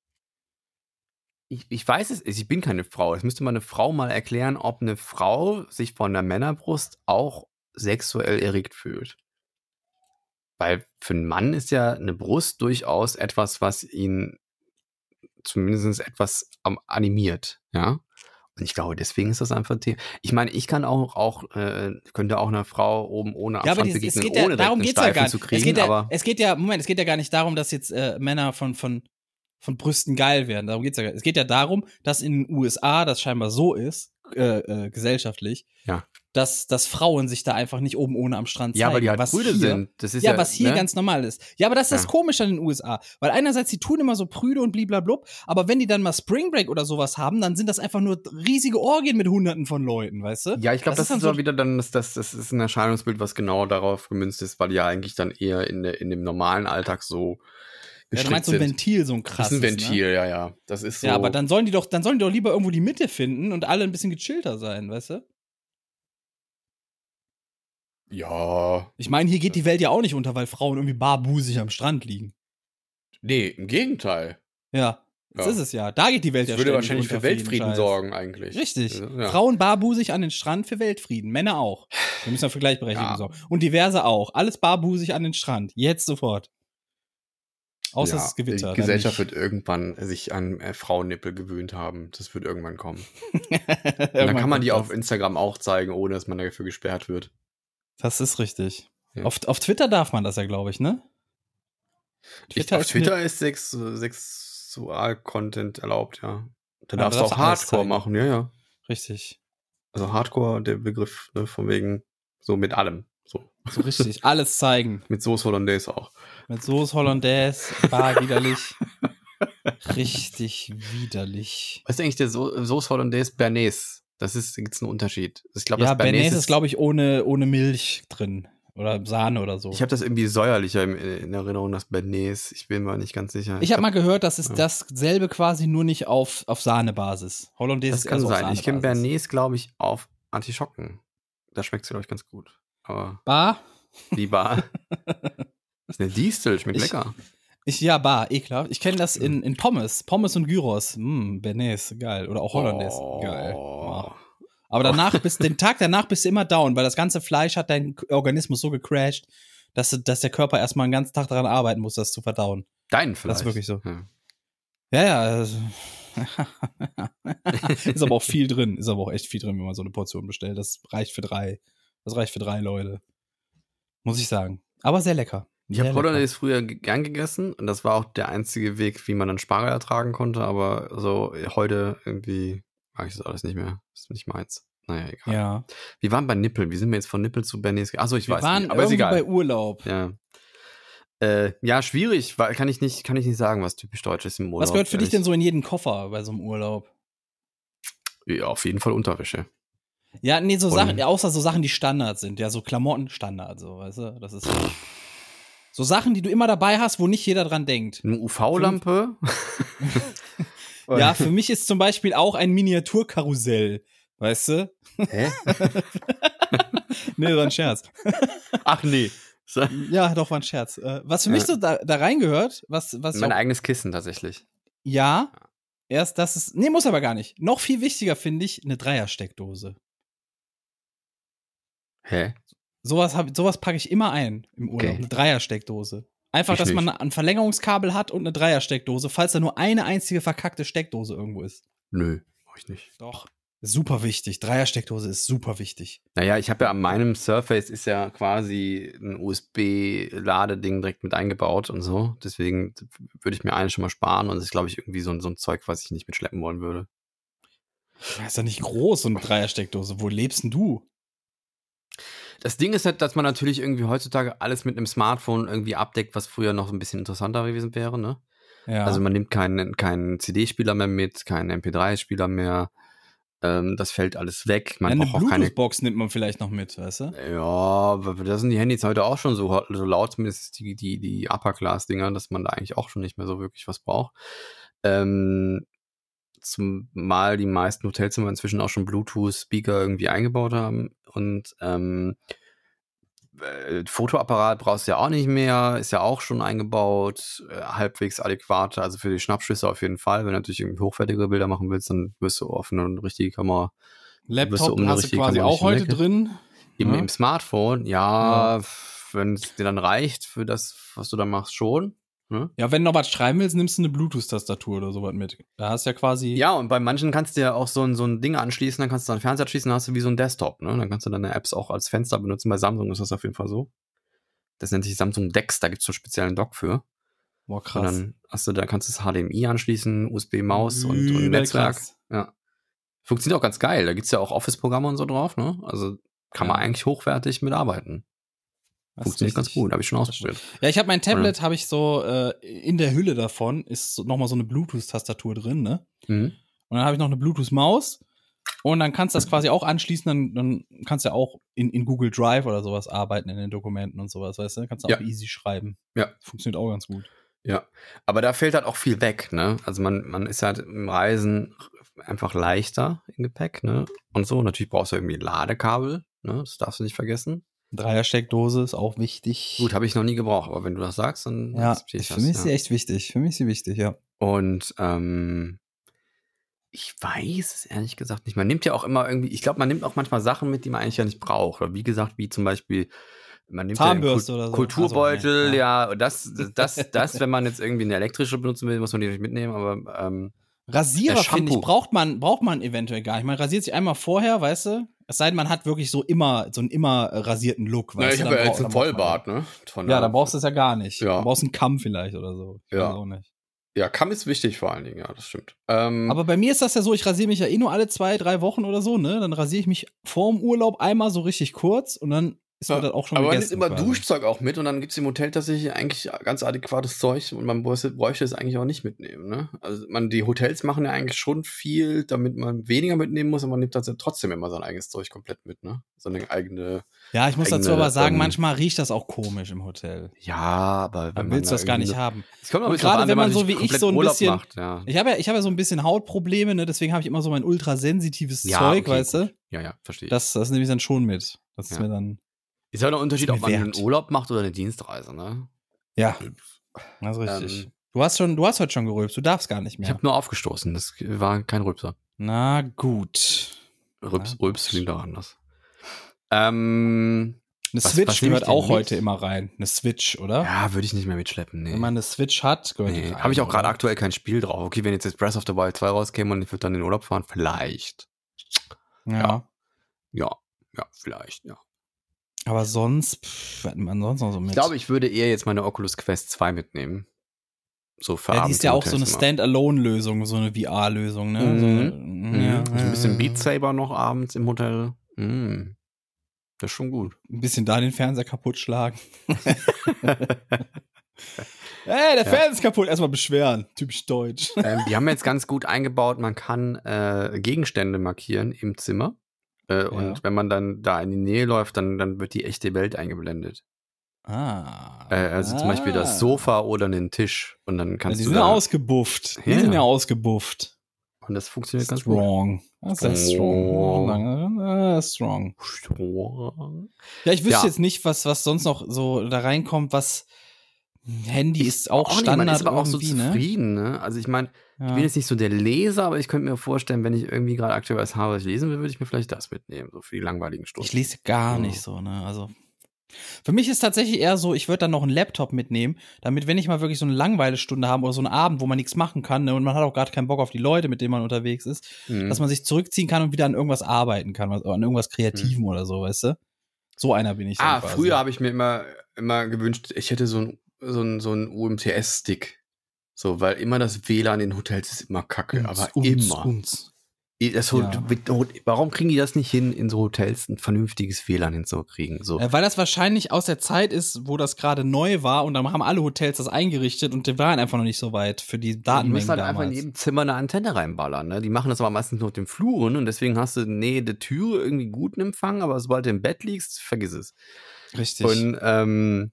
Ich, ich weiß es, ich bin keine Frau. Es müsste mal eine Frau mal erklären, ob eine Frau sich von der Männerbrust auch sexuell erregt fühlt. Weil für einen Mann ist ja eine Brust durchaus etwas, was ihn zumindest etwas am- animiert, ja. Und ich glaube, deswegen ist das einfach ein Thema. Ich meine, ich kann auch, auch äh, könnte auch einer Frau oben ohne
Ja,
Abstand
aber das, es
begegnen,
geht ja,
ohne
darum
direkt
geht's
einen
ja gar
Steifen
nicht.
zu kriegen,
es, geht ja,
aber
es geht ja, Moment, es geht ja gar nicht darum, dass jetzt äh, Männer von, von, von Brüsten geil werden. Darum geht's ja gar nicht. Es geht ja darum, dass in den USA das scheinbar so ist, äh, äh, gesellschaftlich,
Ja.
dass, dass Frauen sich da einfach nicht oben ohne am Strand
ja,
zeigen.
weil die halt
was
Brüder
hier,
sind. Das ist
Ja,
ja,
was hier
ne?
ganz normal ist. Ja, aber das ist das
Ja.
Komische an den USA. Weil einerseits, die tun immer so prüde und bliblablub, aber wenn die dann mal Spring Break oder sowas haben, dann sind das einfach nur riesige Orgien mit hunderten von Leuten, weißt du?
Ja, ich glaube,
Das
das,
ist dann
ist
so-
aber wieder dann, das, das, das ist ein Erscheinungsbild, was genau darauf gemünzt ist, weil die ja eigentlich dann eher in, der- in dem normalen Alltag so
Ja, du
gestrickt
meinst so ein
sind.
Ventil, so ein
das
krasses.
ist ein
Ne?
Ventil, ja, ja. Das ist so.
Ja, aber dann sollen die doch, dann sollen die doch lieber irgendwo die Mitte finden und alle ein bisschen gechillter sein, weißt du?
Ja.
Ich meine, hier geht die Welt ja auch nicht unter, weil Frauen irgendwie barbusig am Strand liegen.
Nee, im Gegenteil.
Ja, das
Ja.
ist es ja. Da geht die Welt
Das
ja
würde
ständig
wahrscheinlich
unter
für Weltfrieden
jeden Scheiß.
sorgen, eigentlich.
Richtig.
Also, ja.
Frauen barbusig an den Strand für Weltfrieden, Männer auch. Wir müssen ja für Gleichberechtigung
Ja.
sorgen. Und diverse auch. Alles barbusig an den Strand. Jetzt sofort. Außer
ja,
es ist Gewitter. dann
Die Gesellschaft
nicht.
wird irgendwann sich an äh, Frauennippel gewöhnt haben. Das wird irgendwann
<laughs>
kommen. Und dann
Irgendwann
kann man
kommt
die
das.
auf Instagram auch zeigen, ohne dass man dafür gesperrt wird.
Das ist richtig.
Ja.
Auf, auf Twitter darf man das ja, glaube ich, ne?
ich, auf Twitter ist Sex, Sexual-Content erlaubt, ja. Da
Ja,
darfst du
da darfst
auch
du alles
Hardcore
zeigen.
machen, ja, ja.
Richtig.
Also Hardcore, der Begriff, ne, von wegen so mit allem. So.
So richtig. Alles zeigen.
Mit Soße Hollandaise auch.
Mit Soße Hollandaise, bar widerlich. Richtig widerlich.
Was ist eigentlich der so Soße Hollandaise Bernays? Das ist, da gibt's einen Unterschied. Ich glaube,
ja,
das Bernays,
Bernays ist, glaube ich, ohne, ohne Milch drin. Oder Sahne oder so.
ich. habe das irgendwie säuerlicher im, in Erinnerung, das Bernays. Ich bin mir nicht ganz sicher.
Ich hab mal gehört, das ist
Ja.
dasselbe quasi nur nicht auf, auf Sahnebasis. Hollandaise
das
ist
kann
also auf
sein. Ich kenne
Sahnebasis.
Bernays, glaube ich, auf Artischocken. Da schmeckt's glaube ich, ganz gut. Aber
Bar? <laughs>
lieber. ist eine Distel, schmeckt
Ich-
lecker.
Ich, ja, Bar, ekelhaft. Ich kenne das in, in Pommes. Pommes und Gyros. Mm, Bernays, geil. Oder auch Hollandaise,
Oh.
geil. Ah. Aber danach,
<laughs>
bis, den Tag danach bist du immer down, weil das ganze Fleisch hat deinen Organismus so gecrashed, dass, du- dass der Körper erstmal einen ganzen Tag daran arbeiten muss, das zu verdauen.
Deinen vielleicht.
wirklich so.
Ja.
Ja, ja. also- <laughs> ist aber auch viel drin. Ist aber auch echt viel drin, wenn man so eine Portion bestellt. Das reicht für drei. Das reicht für drei Leute. Muss ich sagen. Aber sehr lecker.
Ich
Sehr
habe
lecker.
Hollandaise früher ge- gern gegessen und das war auch der einzige Weg, wie man dann Spargel ertragen konnte, aber so äh, heute irgendwie mag ich das alles nicht mehr. Das ist nicht meins. Naja, egal.
Ja.
Wir waren bei Nippel. Wie sind wir jetzt von Nippel zu Bernays? ge- Achso, ich
Wir
weiß
waren
nicht, aber ist
irgendwie bei
egal.
Urlaub.
Ja. Äh, ja, schwierig, weil kann ich nicht, kann ich nicht sagen, was typisch deutsch ist im Urlaub.
Was gehört für dich denn
ehrlich.
so in jeden Koffer bei so einem Urlaub?
Ja, auf jeden Fall Unterwäsche.
Ja, nee, so
Und-
Sachen, außer so Sachen, die Standard sind. Ja, so Klamotten Standard, so, weißt du? Das ist. So Sachen, die du immer dabei hast, wo nicht jeder dran denkt.
Eine UV-Lampe. <laughs> Und-
Ja, für mich ist zum Beispiel auch ein Miniaturkarussell. Weißt du?
Hä?
Nee, war ein Scherz.
Ach
<laughs>
nee. So-
Ja, doch, war ein Scherz. Äh, Was für mich
Ja.
so da, da reingehört, was, was ich
Mein
auch,
eigenes Kissen tatsächlich.
ja, erst das ist, nee, muss aber gar nicht. Noch viel wichtiger finde ich eine Dreiersteckdose.
Hä?
Sowas, hab, sowas packe ich immer ein im Urlaub,
Okay.
eine Dreiersteckdose. Einfach,
Ich
dass man
nicht.
ein Verlängerungskabel hat und eine Dreiersteckdose, falls da nur eine einzige verkackte Steckdose irgendwo ist.
Nö, mach ich nicht.
Doch. Super wichtig. Dreiersteckdose ist super wichtig.
Naja, ich habe ja an meinem Surface ist ja quasi ein USB-Ladeding direkt mit eingebaut und so. Deswegen würde ich mir einen schon mal sparen und das ist, glaube ich, irgendwie so, ein- so ein Zeug, was ich nicht mitschleppen wollen würde.
Ja, Ist ja nicht groß, so eine Dreiersteckdose. Wo lebst denn du?
Das Ding ist halt, dass man natürlich irgendwie heutzutage alles mit einem Smartphone irgendwie abdeckt, was früher noch ein bisschen interessanter gewesen wäre, ne?
Ja.
Also man nimmt keinen, keinen CD-Spieler mehr mit, keinen MP3-Spieler mehr. Ähm, das fällt alles weg. Man
eine
braucht auch keine.
Bluetooth-Box nimmt man vielleicht noch mit, weißt du?
Ja, aber da sind die Handys heute auch schon so, hot- so laut, zumindest die, die, die Upper-Class-Dinger, dass man da eigentlich auch schon nicht mehr so wirklich was braucht. Ähm, zumal die meisten Hotelzimmer inzwischen auch schon Bluetooth-Speaker irgendwie eingebaut haben. Und ähm, äh, Fotoapparat brauchst du ja auch nicht mehr, ist ja auch schon eingebaut, äh, halbwegs adäquat, also für die Schnappschüsse auf jeden Fall. Wenn du natürlich irgendwie hochwertige Bilder machen willst, dann wirst du offen und richtige Kamera Wirst du
Laptop
um eine
hast du
richtige
quasi
Kamera
auch
nicht
heute
hinweg?
drin.
im,
Ja.
Im Smartphone, ja, wenn es dir dann reicht für das, was du da machst, schon.
Ja, wenn du noch was schreiben willst, nimmst du eine Bluetooth-Tastatur oder sowas mit. Da hast du ja quasi.
Ja, und bei manchen kannst du ja auch so ein, so ein Ding anschließen, dann kannst du deinen Fernseher anschließen, dann hast du wie so ein Desktop, ne? Dann kannst du deine Apps auch als Fenster benutzen. Bei Samsung ist das auf jeden Fall so. Das nennt sich Samsung Dex, da gibt es so einen speziellen Dock für.
Boah,
Und
krass.
dann hast du, da kannst du das HDMI anschließen, USB-Maus und, und
Übel
Netzwerk.
krass.
Ja. Funktioniert auch ganz geil. Da gibt es ja auch Office-Programme und so drauf, ne? Also kann man
Ja.
eigentlich hochwertig mitarbeiten.
Das ist
Funktioniert ganz
richtig.
gut, habe ich schon
Das
ausprobiert.
Ja, ich habe mein Tablet, habe ich so äh, in der Hülle davon, ist so, nochmal so eine Bluetooth-Tastatur drin, ne?
Mhm.
Und dann habe ich noch eine Bluetooth-Maus. Und dann kannst du das quasi auch anschließen, dann, dann kannst du ja auch in, in Google Drive oder sowas arbeiten, in den Dokumenten und sowas, weißt du? Dann kannst du
Ja.
auch easy schreiben.
Ja.
Funktioniert auch ganz gut.
Ja, aber da fällt halt auch viel weg, ne? Also man, man ist halt im Reisen einfach leichter im Gepäck, ne? Und so, natürlich brauchst du irgendwie Ladekabel, ne? Das darfst du nicht vergessen.
Dreiersteckdose ist auch wichtig.
Gut, habe ich noch nie gebraucht, aber wenn du das sagst, dann
ja,
akzeptiere ich
für mich ist
das.
sie
Ja.
echt wichtig. Für mich ist sie wichtig, ja.
Und ähm, ich weiß es ehrlich gesagt nicht. Man nimmt ja auch immer irgendwie, ich glaube, man nimmt auch manchmal Sachen mit, die man eigentlich ja nicht braucht. Oder wie gesagt, wie zum Beispiel, man nimmt ja den Kul-
Zahnbürste oder so.
Kulturbeutel,
Also, nee,
ja, das, das, das, das, wenn man jetzt irgendwie eine elektrische benutzen will, muss man die nicht mitnehmen, aber ähm,
Rasierer,
Der
finde ich,
Shampoo.
braucht man, braucht man eventuell gar nicht. Man rasiert sich einmal vorher, weißt du? Es sei denn, man hat wirklich so immer, so einen immer äh, rasierten Look, weißt
Na, ich
du?
habe ja
Dann brauch-
jetzt einen
dann braucht
Vollbart,
man-
ne? Von
Ja,
da-
dann brauchst du es ja gar nicht.
Ja.
Du brauchst einen Kamm vielleicht oder so. Ich
Ja.
weiß Auch nicht.
Ja, Kamm ist wichtig vor allen Dingen, ja, das stimmt. Ähm,
Aber bei mir ist das ja so, ich rasiere mich ja eh nur alle zwei, drei Wochen oder so, ne? Dann rasiere ich mich vorm Urlaub einmal so richtig kurz und dann ist
Ja,
mir das auch schon
aber man nimmt
gegessen.
immer
quasi.
Duschzeug auch mit und dann gibt es im Hotel tatsächlich eigentlich ganz adäquates Zeug und man bräuchte, bräuchte es eigentlich auch nicht mitnehmen, ne? Also man, die Hotels machen ja eigentlich schon viel, damit man weniger mitnehmen muss, aber man nimmt tatsächlich trotzdem immer sein eigenes Zeug komplett mit, ne? Seine eigene.
Ja, ich muss dazu
eigene,
aber sagen,
ähm,
manchmal riecht das auch komisch im Hotel.
Ja, aber
Dann willst du das gar nicht haben.
Es kommt auch ein
Und
bisschen drauf
gerade
an,
wenn man so
sich
wie ich
komplett
so ein
Urlaub
bisschen-
macht, ja.
Ich habe ja, ich habe ja so ein bisschen Hautprobleme, ne? Deswegen habe ich immer so mein ultrasensitives
Ja,
Zeug,
okay,
weißt du?
Ja, ja, verstehe. ich.
Das, das nehme ich dann schon mit. Das ist
Ja.
mir dann.
Ist ja auch ein Unterschied,
mir
ob man einen
wert.
Urlaub macht oder eine Dienstreise, ne?
Ja. Das ist richtig.
Ähm,
du hast schon, du hast heute schon gerülpst, du darfst gar nicht
Ich
mehr.
habe nur aufgestoßen, das war kein Rülpser.
Na gut.
Rübs,
Ja,
Rübs klingt auch anders. Ähm,
Eine
Was-
Switch
was nehme ich
gehört auch
denn mit?
heute immer rein. Eine Switch, oder?
ja, würde ich nicht mehr mitschleppen. Nee.
Wenn man eine Switch hat, gehört die
nee.
rein,
Habe ich auch gerade
oder?
aktuell kein Spiel drauf. Okay, wenn jetzt das Breath of the Wild 2 rauskäme und ich würde dann in den Urlaub fahren, vielleicht.
Ja.
ja. Ja, ja, vielleicht, ja.
Aber sonst, pff, was hat man sonst noch so mit?
Ich glaube, ich würde eher jetzt meine Oculus Quest 2 mitnehmen. So für
ja, die
Abend
ist ja
im
auch so eine
Hotelzimmer.
Standalone-Lösung, so eine VR-Lösung, ne?
Mhm.
So,
Mhm.
eine-
So ein bisschen Beat Saber noch abends im Hotel. Mhm. Das ist schon
<laughs>
gut. <laughs>
Ein bisschen da den Fernseher kaputt schlagen. Ey, der
Ja.
Fernseher ist kaputt. Erstmal beschweren.
<laughs>
Typisch deutsch.
ähm, die haben jetzt ganz gut eingebaut, man kann äh, Gegenstände markieren im Zimmer. Äh, Und wenn man dann da in die Nähe läuft, dann, dann wird die echte Welt eingeblendet.
Ah.
Äh, also zum Beispiel das Sofa oder den Tisch. Und dann
Ja,
kannst
die
du.
sind ja
da-
ausgebufft. Die
Ja.
sind ja ausgebufft.
und das funktioniert ganz gut.
Strong. Das ist ja strong. Ja, strong.
Strong.
Ja, ich wüsste
Ja.
jetzt nicht, was, was sonst noch so da reinkommt, was Handy ist auch
Auch nicht, Oh,
Standard
man ist aber auch so
irgendwie, ne?
zufrieden, ne? Also ich meine, ich
Ja.
bin jetzt nicht so der Leser, aber ich könnte mir vorstellen, wenn ich irgendwie gerade aktuell was habe, was ich lesen will, würde ich mir vielleicht das mitnehmen, so für die langweiligen Stunden.
Ich lese gar
Ja.
nicht so, ne? Also Für mich ist tatsächlich eher so, ich würde dann noch einen Laptop mitnehmen, damit, wenn ich mal wirklich so eine Langeweile-Stunde habe oder so einen Abend, wo man nichts machen kann ne, und man hat auch gerade keinen Bock auf die Leute, mit denen man unterwegs ist,
Mhm.
dass man sich zurückziehen kann und wieder an irgendwas arbeiten kann, was- an irgendwas Kreativem oder so, weißt du? So einer bin ich. dann
Ah,
quasi.
früher habe ich mir immer, immer gewünscht, ich hätte so einen so einen- so einen UMTS-Stick. So, weil immer das WLAN in Hotels ist immer kacke,
Uns,
aber
uns,
immer.
Uns.
Das, Hot- Hot- Warum kriegen die das nicht hin, in so Hotels ein vernünftiges WLAN hinzukriegen? So.
Äh, weil das wahrscheinlich aus der Zeit ist, wo das gerade neu war und dann haben alle Hotels das eingerichtet und die waren einfach noch nicht so weit für die
Die
Datenmengen
müssen halt
damals.
einfach in jedem Zimmer eine Antenne reinballern. Ne? Die machen das aber meistens nur auf den Fluren und deswegen hast du Nähe der Türe irgendwie guten Empfang, aber sobald du im Bett liegst, vergiss es.
Richtig.
Und, ähm,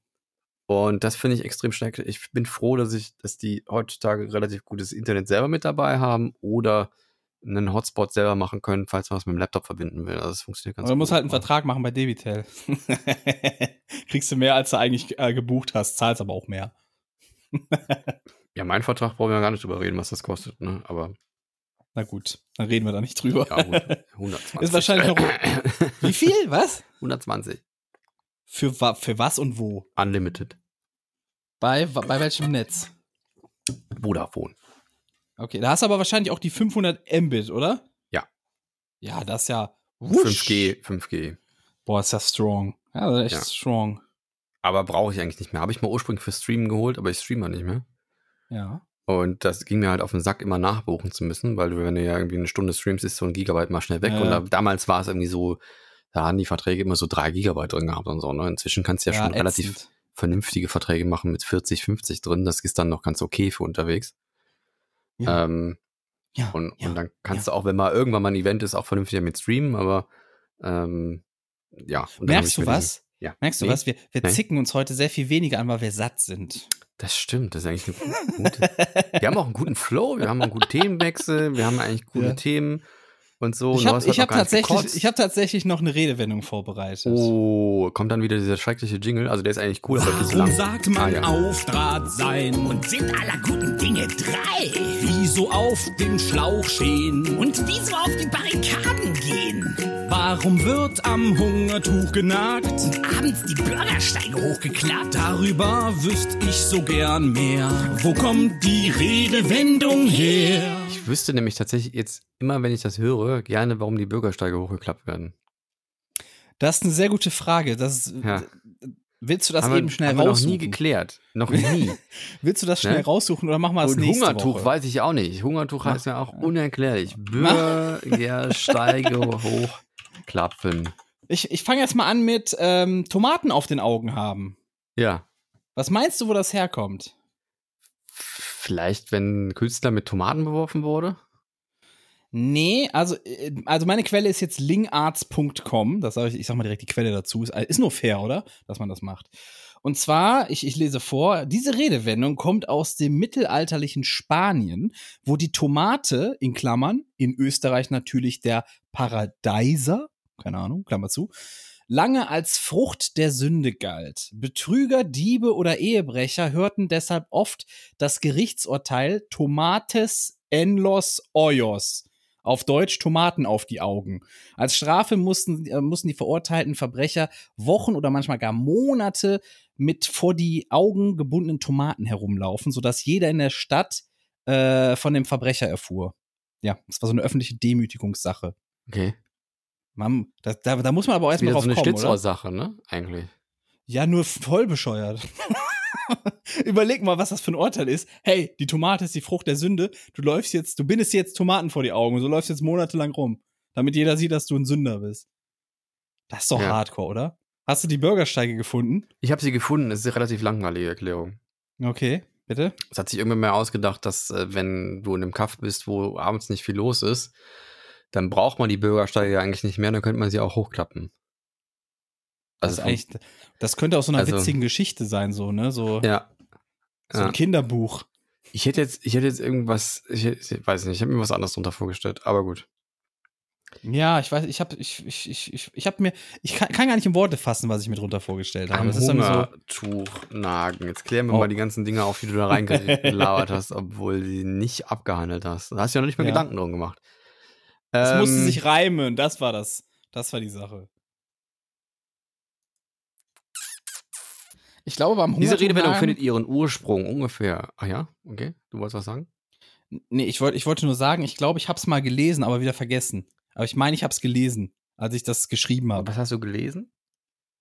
und das finde ich extrem schrecklich. Ich bin froh, dass ich, dass die heutzutage relativ gutes Internet selber mit dabei haben oder einen Hotspot selber machen können, falls man es mit dem Laptop verbinden will. Also das funktioniert ganz
Aber du musst
gut.
halt einen Vertrag machen bei Debitel. <laughs> Kriegst du mehr, als du eigentlich äh, gebucht hast, zahlst aber auch mehr.
Ja, mein Vertrag brauchen wir gar nicht drüber reden, was das kostet, ne? Aber
Na gut, dann reden wir da nicht drüber.
ja, gut, 120.
Ist
<laughs>
wahrscheinlich noch- <laughs> Wie viel? Was?
120.
Für, wa- für was und wo?
Unlimited.
Bei, wa- bei welchem Netz?
Vodafone.
Okay, da hast du aber wahrscheinlich auch die 500 Mbit, oder?
Ja.
Ja, das ist ja. wusch.
5G, 5G.
Boah, ist das strong. Ja, das ist echt
Ja.
strong.
Aber brauche ich eigentlich nicht mehr. Habe ich mal ursprünglich für Streamen geholt, aber ich streame nicht mehr.
Ja.
Und das ging mir halt auf den Sack, immer nachbuchen zu müssen, weil du, wenn du ja irgendwie eine Stunde streamst, ist so ein Gigabyte mal schnell weg.
Ja.
Und da, damals war es irgendwie so, da haben die Verträge immer so drei Gigabyte drin gehabt und so. Ne? Inzwischen kannst du ja, schon
ätzend.
relativ vernünftige Verträge machen mit 40, 50 drin. Das ist dann noch ganz okay für unterwegs.
Ja.
Ähm,
Ja,
und,
ja.
und dann kannst du auch, wenn mal irgendwann mal ein Event ist, auch vernünftiger mit streamen, aber ähm, ja. Und dann hab ich
Merkst du
mir
was?
diesen- Ja.
Merkst du
Nee.
was? Wir, wir
Nee.
zicken uns heute sehr viel weniger an, weil wir satt sind.
Das stimmt, das ist eigentlich eine gu- gute. Wir haben auch einen guten Flow, wir haben auch einen guten Themenwechsel, wir haben eigentlich gute
Ja.
Themen und so.
ich
Und du
habe
hast halt
ich
auch
hab
gar nicht
tatsächlich,
gekotzt.
ich hab tatsächlich noch eine Redewendung vorbereitet.
Oh, kommt dann wieder dieser schreckliche Jingle. Also der ist eigentlich cool, aber der ist lang.
Warum sagt
Ah,
man
ja.
auf Draht sein? Und sind aller guten Dinge drei? Wieso auf dem Schlauch stehen? Und wieso auf die Barrikaden gehen? Warum wird am Hungertuch genagt? Und abends die Bürgersteige hochgeklappt? Darüber wüsste ich so gern mehr. Wo kommt die Redewendung her?
Ich wüsste nämlich tatsächlich jetzt immer, wenn ich das höre, gerne, warum die Bürgersteige hochgeklappt werden.
Das ist eine sehr gute Frage. Das, äh,
Ja.
Willst du das
haben
eben
wir,
schnell
haben wir noch nie
raussuchen?
geklärt.
<laughs>
Noch nie.
Willst du das schnell
Ne?
raussuchen oder machen wir es
Und
nächste
Hungertuch
Woche?
weiß ich auch nicht. Hungertuch heißt ja auch
<laughs>
unerklärlich. Bürgersteige hochklappen.
Ich, ich fange jetzt mal an mit ähm, Tomaten auf den Augen haben.
Ja.
Was meinst du, wo das herkommt?
Vielleicht, wenn ein Künstler mit Tomaten beworfen wurde?
Nee, also, äh, also meine Quelle ist jetzt lingarts.com. Das sag ich, ich sag mal direkt die Quelle dazu. Ist, äh, ist nur fair, oder? Dass man das macht. Und zwar, ich, ich lese vor, diese Redewendung kommt aus dem mittelalterlichen Spanien, wo die Tomate in Klammern, in Österreich natürlich der Paradeiser, keine Ahnung, Klammer zu, lange als Frucht der Sünde galt. Betrüger, Diebe oder Ehebrecher hörten deshalb oft das Gerichtsurteil Tomates en los Hoyos. Auf Deutsch Tomaten auf die Augen. Als Strafe mussten, äh, mussten die verurteilten Verbrecher Wochen oder manchmal gar Monate mit vor die Augen gebundenen Tomaten herumlaufen, sodass jeder in der Stadt äh, von dem Verbrecher erfuhr. Ja, das war so eine öffentliche Demütigungssache.
Okay.
Man, da, da, da muss man aber auch
Das ist
erstmal
wieder
drauf
so eine
kommen, oder?
Schlitzohr-Sache, ne? Eigentlich.
Ja, nur voll bescheuert. <laughs> Überleg mal, was das für ein Urteil ist. Hey, die Tomate ist die Frucht der Sünde. Du läufst jetzt, du bindest jetzt Tomaten vor die Augen und so läufst jetzt monatelang rum, damit jeder sieht, dass du ein Sünder bist. Das ist doch
Ja.
hardcore, oder? Hast du die Bürgersteige gefunden?
Ich habe sie gefunden. Das ist eine relativ langweilige Erklärung.
Okay, bitte.
Es hat sich irgendwann mal ausgedacht, dass äh, wenn du in einem Kaff bist, wo abends nicht viel los ist, dann braucht man die Bürgersteige ja eigentlich nicht mehr, dann könnte man sie auch hochklappen. Also
Das,
vom-
ist eigentlich, das könnte aus so einer
also-
witzigen Geschichte sein, so, ne? So,
Ja.
so
ja.
ein Kinderbuch.
Ich hätte jetzt, ich hätte jetzt irgendwas, ich, hätte, ich weiß nicht, ich habe mir was anderes drunter vorgestellt, aber gut.
Ja, ich weiß, ich hab, ich, ich, ich, ich, ich hab mir, ich kann, kann gar nicht in Worte fassen, was ich mir drunter vorgestellt habe.
Am
Das ist dann so,
Hungertuch nagen. Jetzt klären wir
Oh.
mal die ganzen Dinge auf, die du da
<laughs>
reingelabert hast, obwohl du die nicht abgehandelt hast. Da hast du ja noch nicht mal
Ja.
Gedanken drum gemacht.
Es
Ähm,
musste sich reimen, das war das. Das war die Sache. Ich glaube, beim Hunger.
Diese Redewendung findet ihren Ursprung ungefähr. Ah ja, okay. Du wolltest was sagen?
Nee, ich, wollt, ich wollte nur sagen, ich glaube, ich habe es mal gelesen, aber wieder vergessen. Aber ich meine, ich habe es gelesen, als ich das geschrieben habe.
Was hast du gelesen?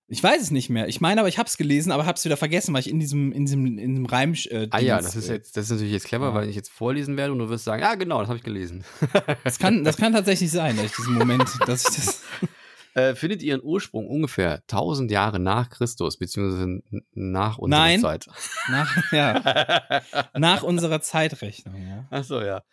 Ich weiß es nicht mehr. Ich meine, aber ich habe es gelesen, aber habe es wieder vergessen, weil ich in diesem, in diesem, in diesem Reim. Äh,
Ah ja,
Dings,
das ist
äh,
jetzt, das ist natürlich jetzt clever,
Ja.
weil ich jetzt vorlesen werde und du wirst sagen, ah genau, das habe ich gelesen.
<laughs> Das kann, das kann tatsächlich sein, dass ich diesen Moment, dass ich das.
Äh, findet ihren Ursprung ungefähr 1000 Jahre nach Christus, beziehungsweise n- nach unserer
Nein.
Zeit. <laughs>
Nach, ja, nach unserer Zeitrechnung, ja.
Ach so, ja.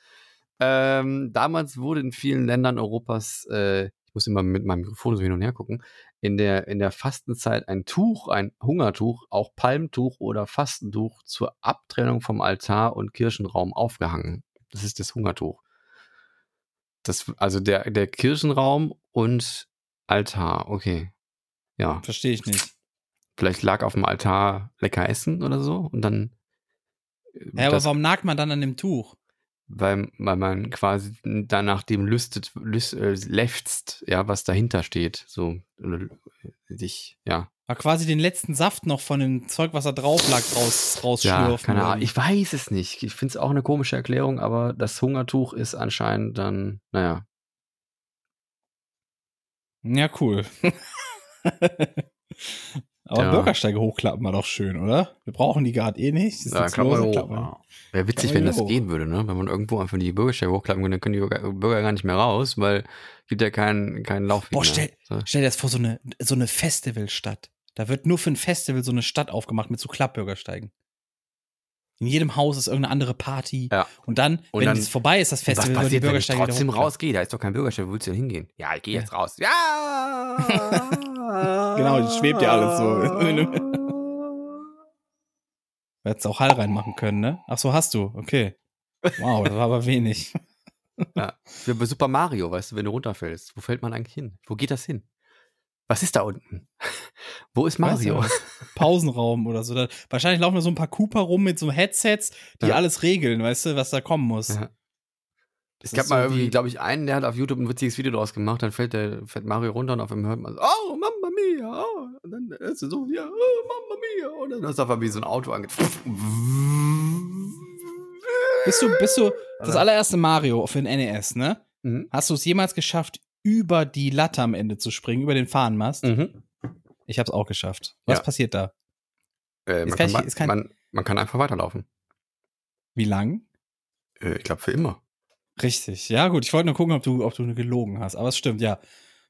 Ähm, damals wurde in vielen Ländern Europas, äh, ich muss immer mit meinem Mikrofon so hin und her gucken, in der, in der Fastenzeit ein Tuch, ein Hungertuch, auch Palmtuch oder Fastentuch zur Abtrennung vom Altar und Kirchenraum aufgehangen. Das ist das Hungertuch. Das, also der, der Kirchenraum und Altar, okay. Ja,
Verstehe ich nicht.
vielleicht lag auf dem Altar lecker Essen oder so und dann. äh,
Ja, aber
das-
warum nagt man dann an dem Tuch?
weil, weil man quasi danach dem lüstet, lüst, äh, lefzt, ja, was dahinter steht. So, oder, äh, dich, ja.
Aber quasi den letzten Saft noch von dem Zeug, was da drauf lag, raus,
Ja,
rausschlürfen.
keine
oder
Ahnung.
wie?
Ich weiß es nicht. Ich finde es auch eine komische Erklärung, aber das Hungertuch ist anscheinend dann, naja.
Ja, cool. <laughs> Aber
Ja.
Bürgersteige hochklappen war doch schön, oder? Wir brauchen die gerade eh nicht. Das ist
Da
nichts
klappt
los,
man
dann
hoch.
klappt man.
Ja. Wäre witzig,
Klappt man
wenn
wieder
das
hoch.
gehen würde, ne? Wenn man irgendwo einfach die Bürgersteige hochklappen könnte, dann können die Bürger- Bürger gar nicht mehr raus, weil gibt ja keinen, keinen Laufweg
Boah,
mehr.
stell-
So.
Stell dir das vor, so eine, so eine Festivalstadt. Da wird nur für ein Festival so eine Stadt aufgemacht mit so Klappbürgersteigen. In jedem Haus ist irgendeine andere Party.
Ja.
Und dann,
Und
wenn
dann-
es vorbei ist, das
Was
Festival, werden die
passiert, wenn ich
Bürgersteige wieder
trotzdem
hochklappen.
rausgehe? Da ist doch kein Bürgersteig. Wo willst du denn hingehen? Ja, ich gehe
Ja.
jetzt raus. Ja!
<laughs> Genau, das schwebt ja
<laughs>
alles so. Du hättest auch Hall reinmachen können, ne? Ach so, hast du. Okay.
<laughs>
Wow, das war aber wenig.
Wie bei Super Mario, weißt du, wenn du runterfällst. Wo fällt man eigentlich hin? Wo geht das hin? Was ist da unten? <laughs> Wo ist Mario?
Weißt du, Pausenraum oder so. Da, wahrscheinlich laufen da so ein paar Cooper rum mit so Headsets, die
Ja.
alles regeln, weißt du, was da kommen muss.
Ja.
Das
Es gab
ist
mal
so
irgendwie,
wie-
glaube ich, einen, der hat auf YouTube ein witziges Video draus gemacht, dann fällt, der, fällt Mario runter und auf einmal hört man so, oh, Mamma Mia, oh, und dann ist er so, ja, oh, Mamma Mia, und dann ist auf einmal wie so ein Auto ange... <laughs>
Bist du, bist du das allererste Mario für den NES, ne?
Mhm.
Hast du es jemals geschafft, über die Latte am Ende zu springen, über den Fahnenmast?
Mhm.
Ich hab's auch geschafft. Was
Ja.
passiert da?
Äh,
Ist
man,
kein-
kann, man,
ist kein-
man, man kann einfach weiterlaufen.
Wie lang?
Äh, ich glaube, für immer.
Richtig. Ja, gut. Ich wollte nur gucken, ob du, ob du gelogen hast. Aber es stimmt, ja.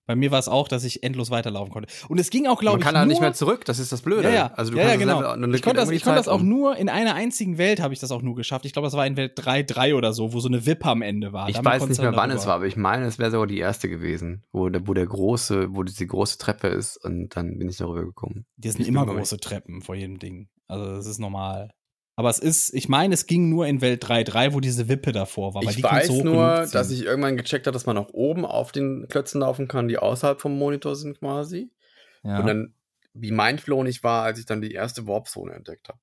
Bei mir war es auch, dass ich endlos weiterlaufen konnte. Und es ging auch, glaube
Man
ich,
kann da
nur
nicht mehr zurück, das ist das Blöde.
Ja, ja.
Also du
ja, ja
kannst das
genau.
Level- und dann
ich konnte das,
irgendwie
ich konnte das
Zeit
auch
um.
nur in einer einzigen Welt, habe ich das auch nur geschafft. Ich glaube, das war in Welt 3-3 oder so, wo so eine Wippe am Ende war.
Ich
Damit
weiß nicht
konntest du dann
mehr, wann
darüber.
es war, aber ich meine, es wäre sogar die erste gewesen, wo der, wo der große, wo diese große Treppe ist und dann bin ich darüber gekommen.
Die sind
Ich bin
immer
mir nicht-
große Treppen vor jedem Ding. Also, das ist normal. Aber es ist, ich meine, es ging nur in Welt 3-3, wo diese Wippe davor war. Weil die konntest du hoch genug ziehen.
ich irgendwann gecheckt habe, dass man auch oben auf den Klötzen laufen kann, die außerhalb vom Monitor sind quasi.
Ja.
Und dann, wie mindblown ich war, als ich dann die erste Warp-Zone entdeckt habe.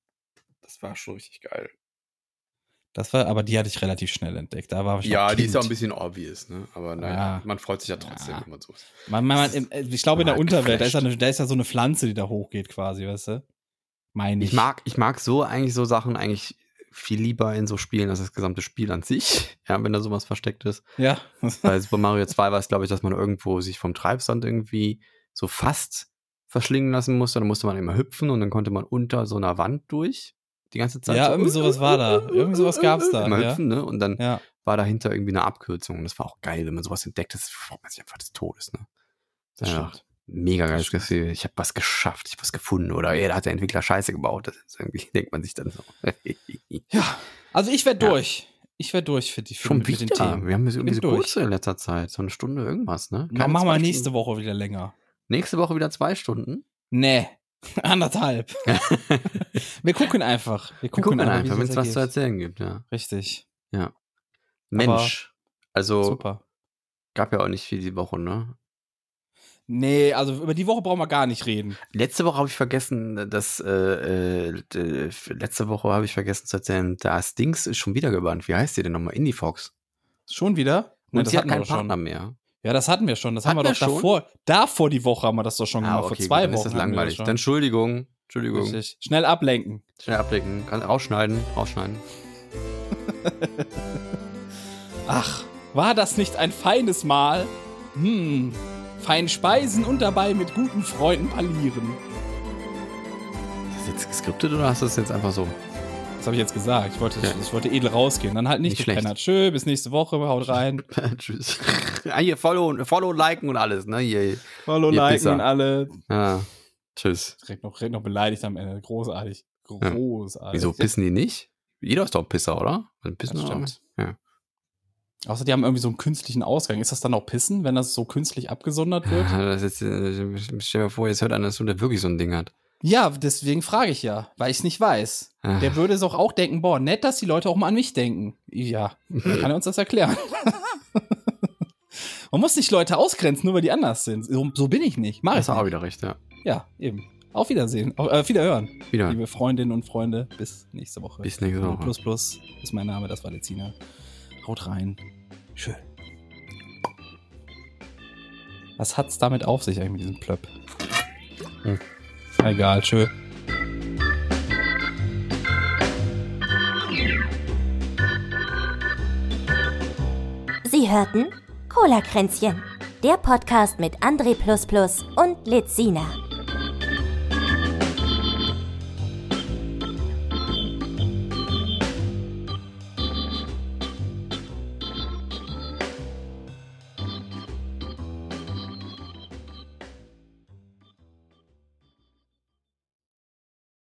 Das war schon richtig geil.
Das war, aber die hatte ich relativ schnell entdeckt. Da war ich
ja,
noch
die ist ja
Kind.
ein bisschen obvious, ne? Aber
Ja.
naja, man freut sich ja trotzdem,
Ja.
wenn man so ist.
Man, man, man, äh, ich glaube, in der
Mag
Unterwelt, da ist, ja
geflasht.
eine, da ist ja so eine Pflanze, die da hochgeht, quasi, weißt du? Meine ich.
Ich mag, ich mag so eigentlich so Sachen eigentlich viel lieber in so Spielen als das gesamte Spiel an sich. <laughs> Ja, wenn da sowas versteckt ist. <laughs>
Ja. <laughs>
Bei Super Mario 2 war es, glaube ich, dass man irgendwo sich vom Treibsand irgendwie so fast verschlingen lassen musste. Dann musste man immer hüpfen und dann konnte man unter so einer Wand durch die ganze Zeit.
Ja,
so, äh,
irgendwie sowas war da. Irgendwie sowas gab's da,
Immer
ja.
hüpfen, ne? Und dann
ja.
war dahinter irgendwie eine Abkürzung. Und das war auch geil, wenn man sowas entdeckt. Das freut man sich einfach des Todes, ne?
Das
Ja.
stimmt.
Mega geiles
stimmt.
Gefühl. Ich habe was geschafft, ich habe was gefunden. Oder ey, da hat der Entwickler Scheiße gebaut. Das ist irgendwie, <laughs> denkt man sich dann so.
Also ich werde
Ja.
durch. Ich werde durch für die für
Schon
mit den
wieder.
Themen.
Wir haben jetzt irgendwie
Bin
so
durch.
kurze in letzter Zeit. So eine Stunde irgendwas, ne?
Ma-
Keine
Machen wir
zwei
nächste
Stunden.
Woche wieder länger.
Nächste Woche wieder zwei Stunden.
Nee. <laughs>
<laughs>
Anderthalb. Wir gucken einfach. Wir
Wir
gucken,
gucken
einfach, wie
einfach, wenn es
sich
was zu
ergibt.
erzählen gibt, ja.
Richtig.
Mensch. Also,
Super.
gab ja auch nicht viel die Woche, ne?
Nee, also über die Woche brauchen wir gar nicht reden.
Letzte Woche habe ich vergessen, dass, äh, äh, d- letzte Woche habe ich vergessen zu erzählen, das Dings ist schon wieder gebannt. Wie heißt die denn nochmal? Indie Fox.
Schon wieder?
Und
Nein,
sie hat
hatten wir
keinen
doch schon.
Partner mehr.
Ja, das hatten wir schon. Das
Hatten
haben wir
wir
doch
schon? Ah,
davor. Davor die Woche haben wir das doch schon gemacht. Vor
gut,
zwei
dann
Wochen.
ist das
hatten wir
langweilig.
schon.
Dann Entschuldigung. Entschuldigung.
Richtig. Schnell ablenken.
Schnell abdecken. Kann rausschneiden, rausschneiden.
Ach, war das nicht ein feines Mahl? Hm, fein speisen und dabei mit guten Freunden parlieren.
Ist das jetzt geskriptet oder hast du das jetzt einfach so? <laughs>
Das habe ich jetzt gesagt. Ich wollte, ich wollte edel rausgehen. Dann halt nicht,
Nicht
du
schlecht.
Penner. Tschö, bis nächste Woche. Haut <laughs> rein.
Tschüss. <laughs> ah, hier, follow, follow, liken und alles, ne? Hier.
Follow,
Ihr
liken
Pisser.
und alle.
Ah, tschüss.
Direkt noch, direkt noch beleidigt am Ende. Großartig. Großartig.
Wieso pissen die nicht? Jeder ist doch ein Pisser, oder? Ein
Das
Pissen doch
stimmt.
Ja.
Außer die haben irgendwie so einen künstlichen Ausgang. Ist das dann auch Pissen, wenn das so künstlich abgesondert wird?
Ja, Das ist, äh, stell dir mal vor, jetzt hört einer zu, der wirklich so ein Ding hat.
Ja, deswegen frage ich ja, weil ich es nicht weiß.
Ah.
Der würde es auch, auch denken, boah, nett, dass die Leute auch mal an mich denken. Ja,
Mhm.
kann er uns
<laughs>
das erklären? Man muss nicht Leute ausgrenzen, nur weil die anders sind. So, so bin ich nicht. Mach ich
Hast du auch
nicht.
wieder recht, ja.
Ja, eben. Auf Wiedersehen. Auf, äh, Wiederhören,
Wieder.
liebe Freundinnen und Freunde. Bis nächste Woche.
Bis nächste Woche.
Plus plus ist mein Name, das war Lezina. Haut rein. Schön. Was hat's damit auf sich eigentlich mit diesem Plöpp?
Hm.
Egal, tschö.
Sie hörten Cola Kränzchen, der Podcast mit André und Lezina.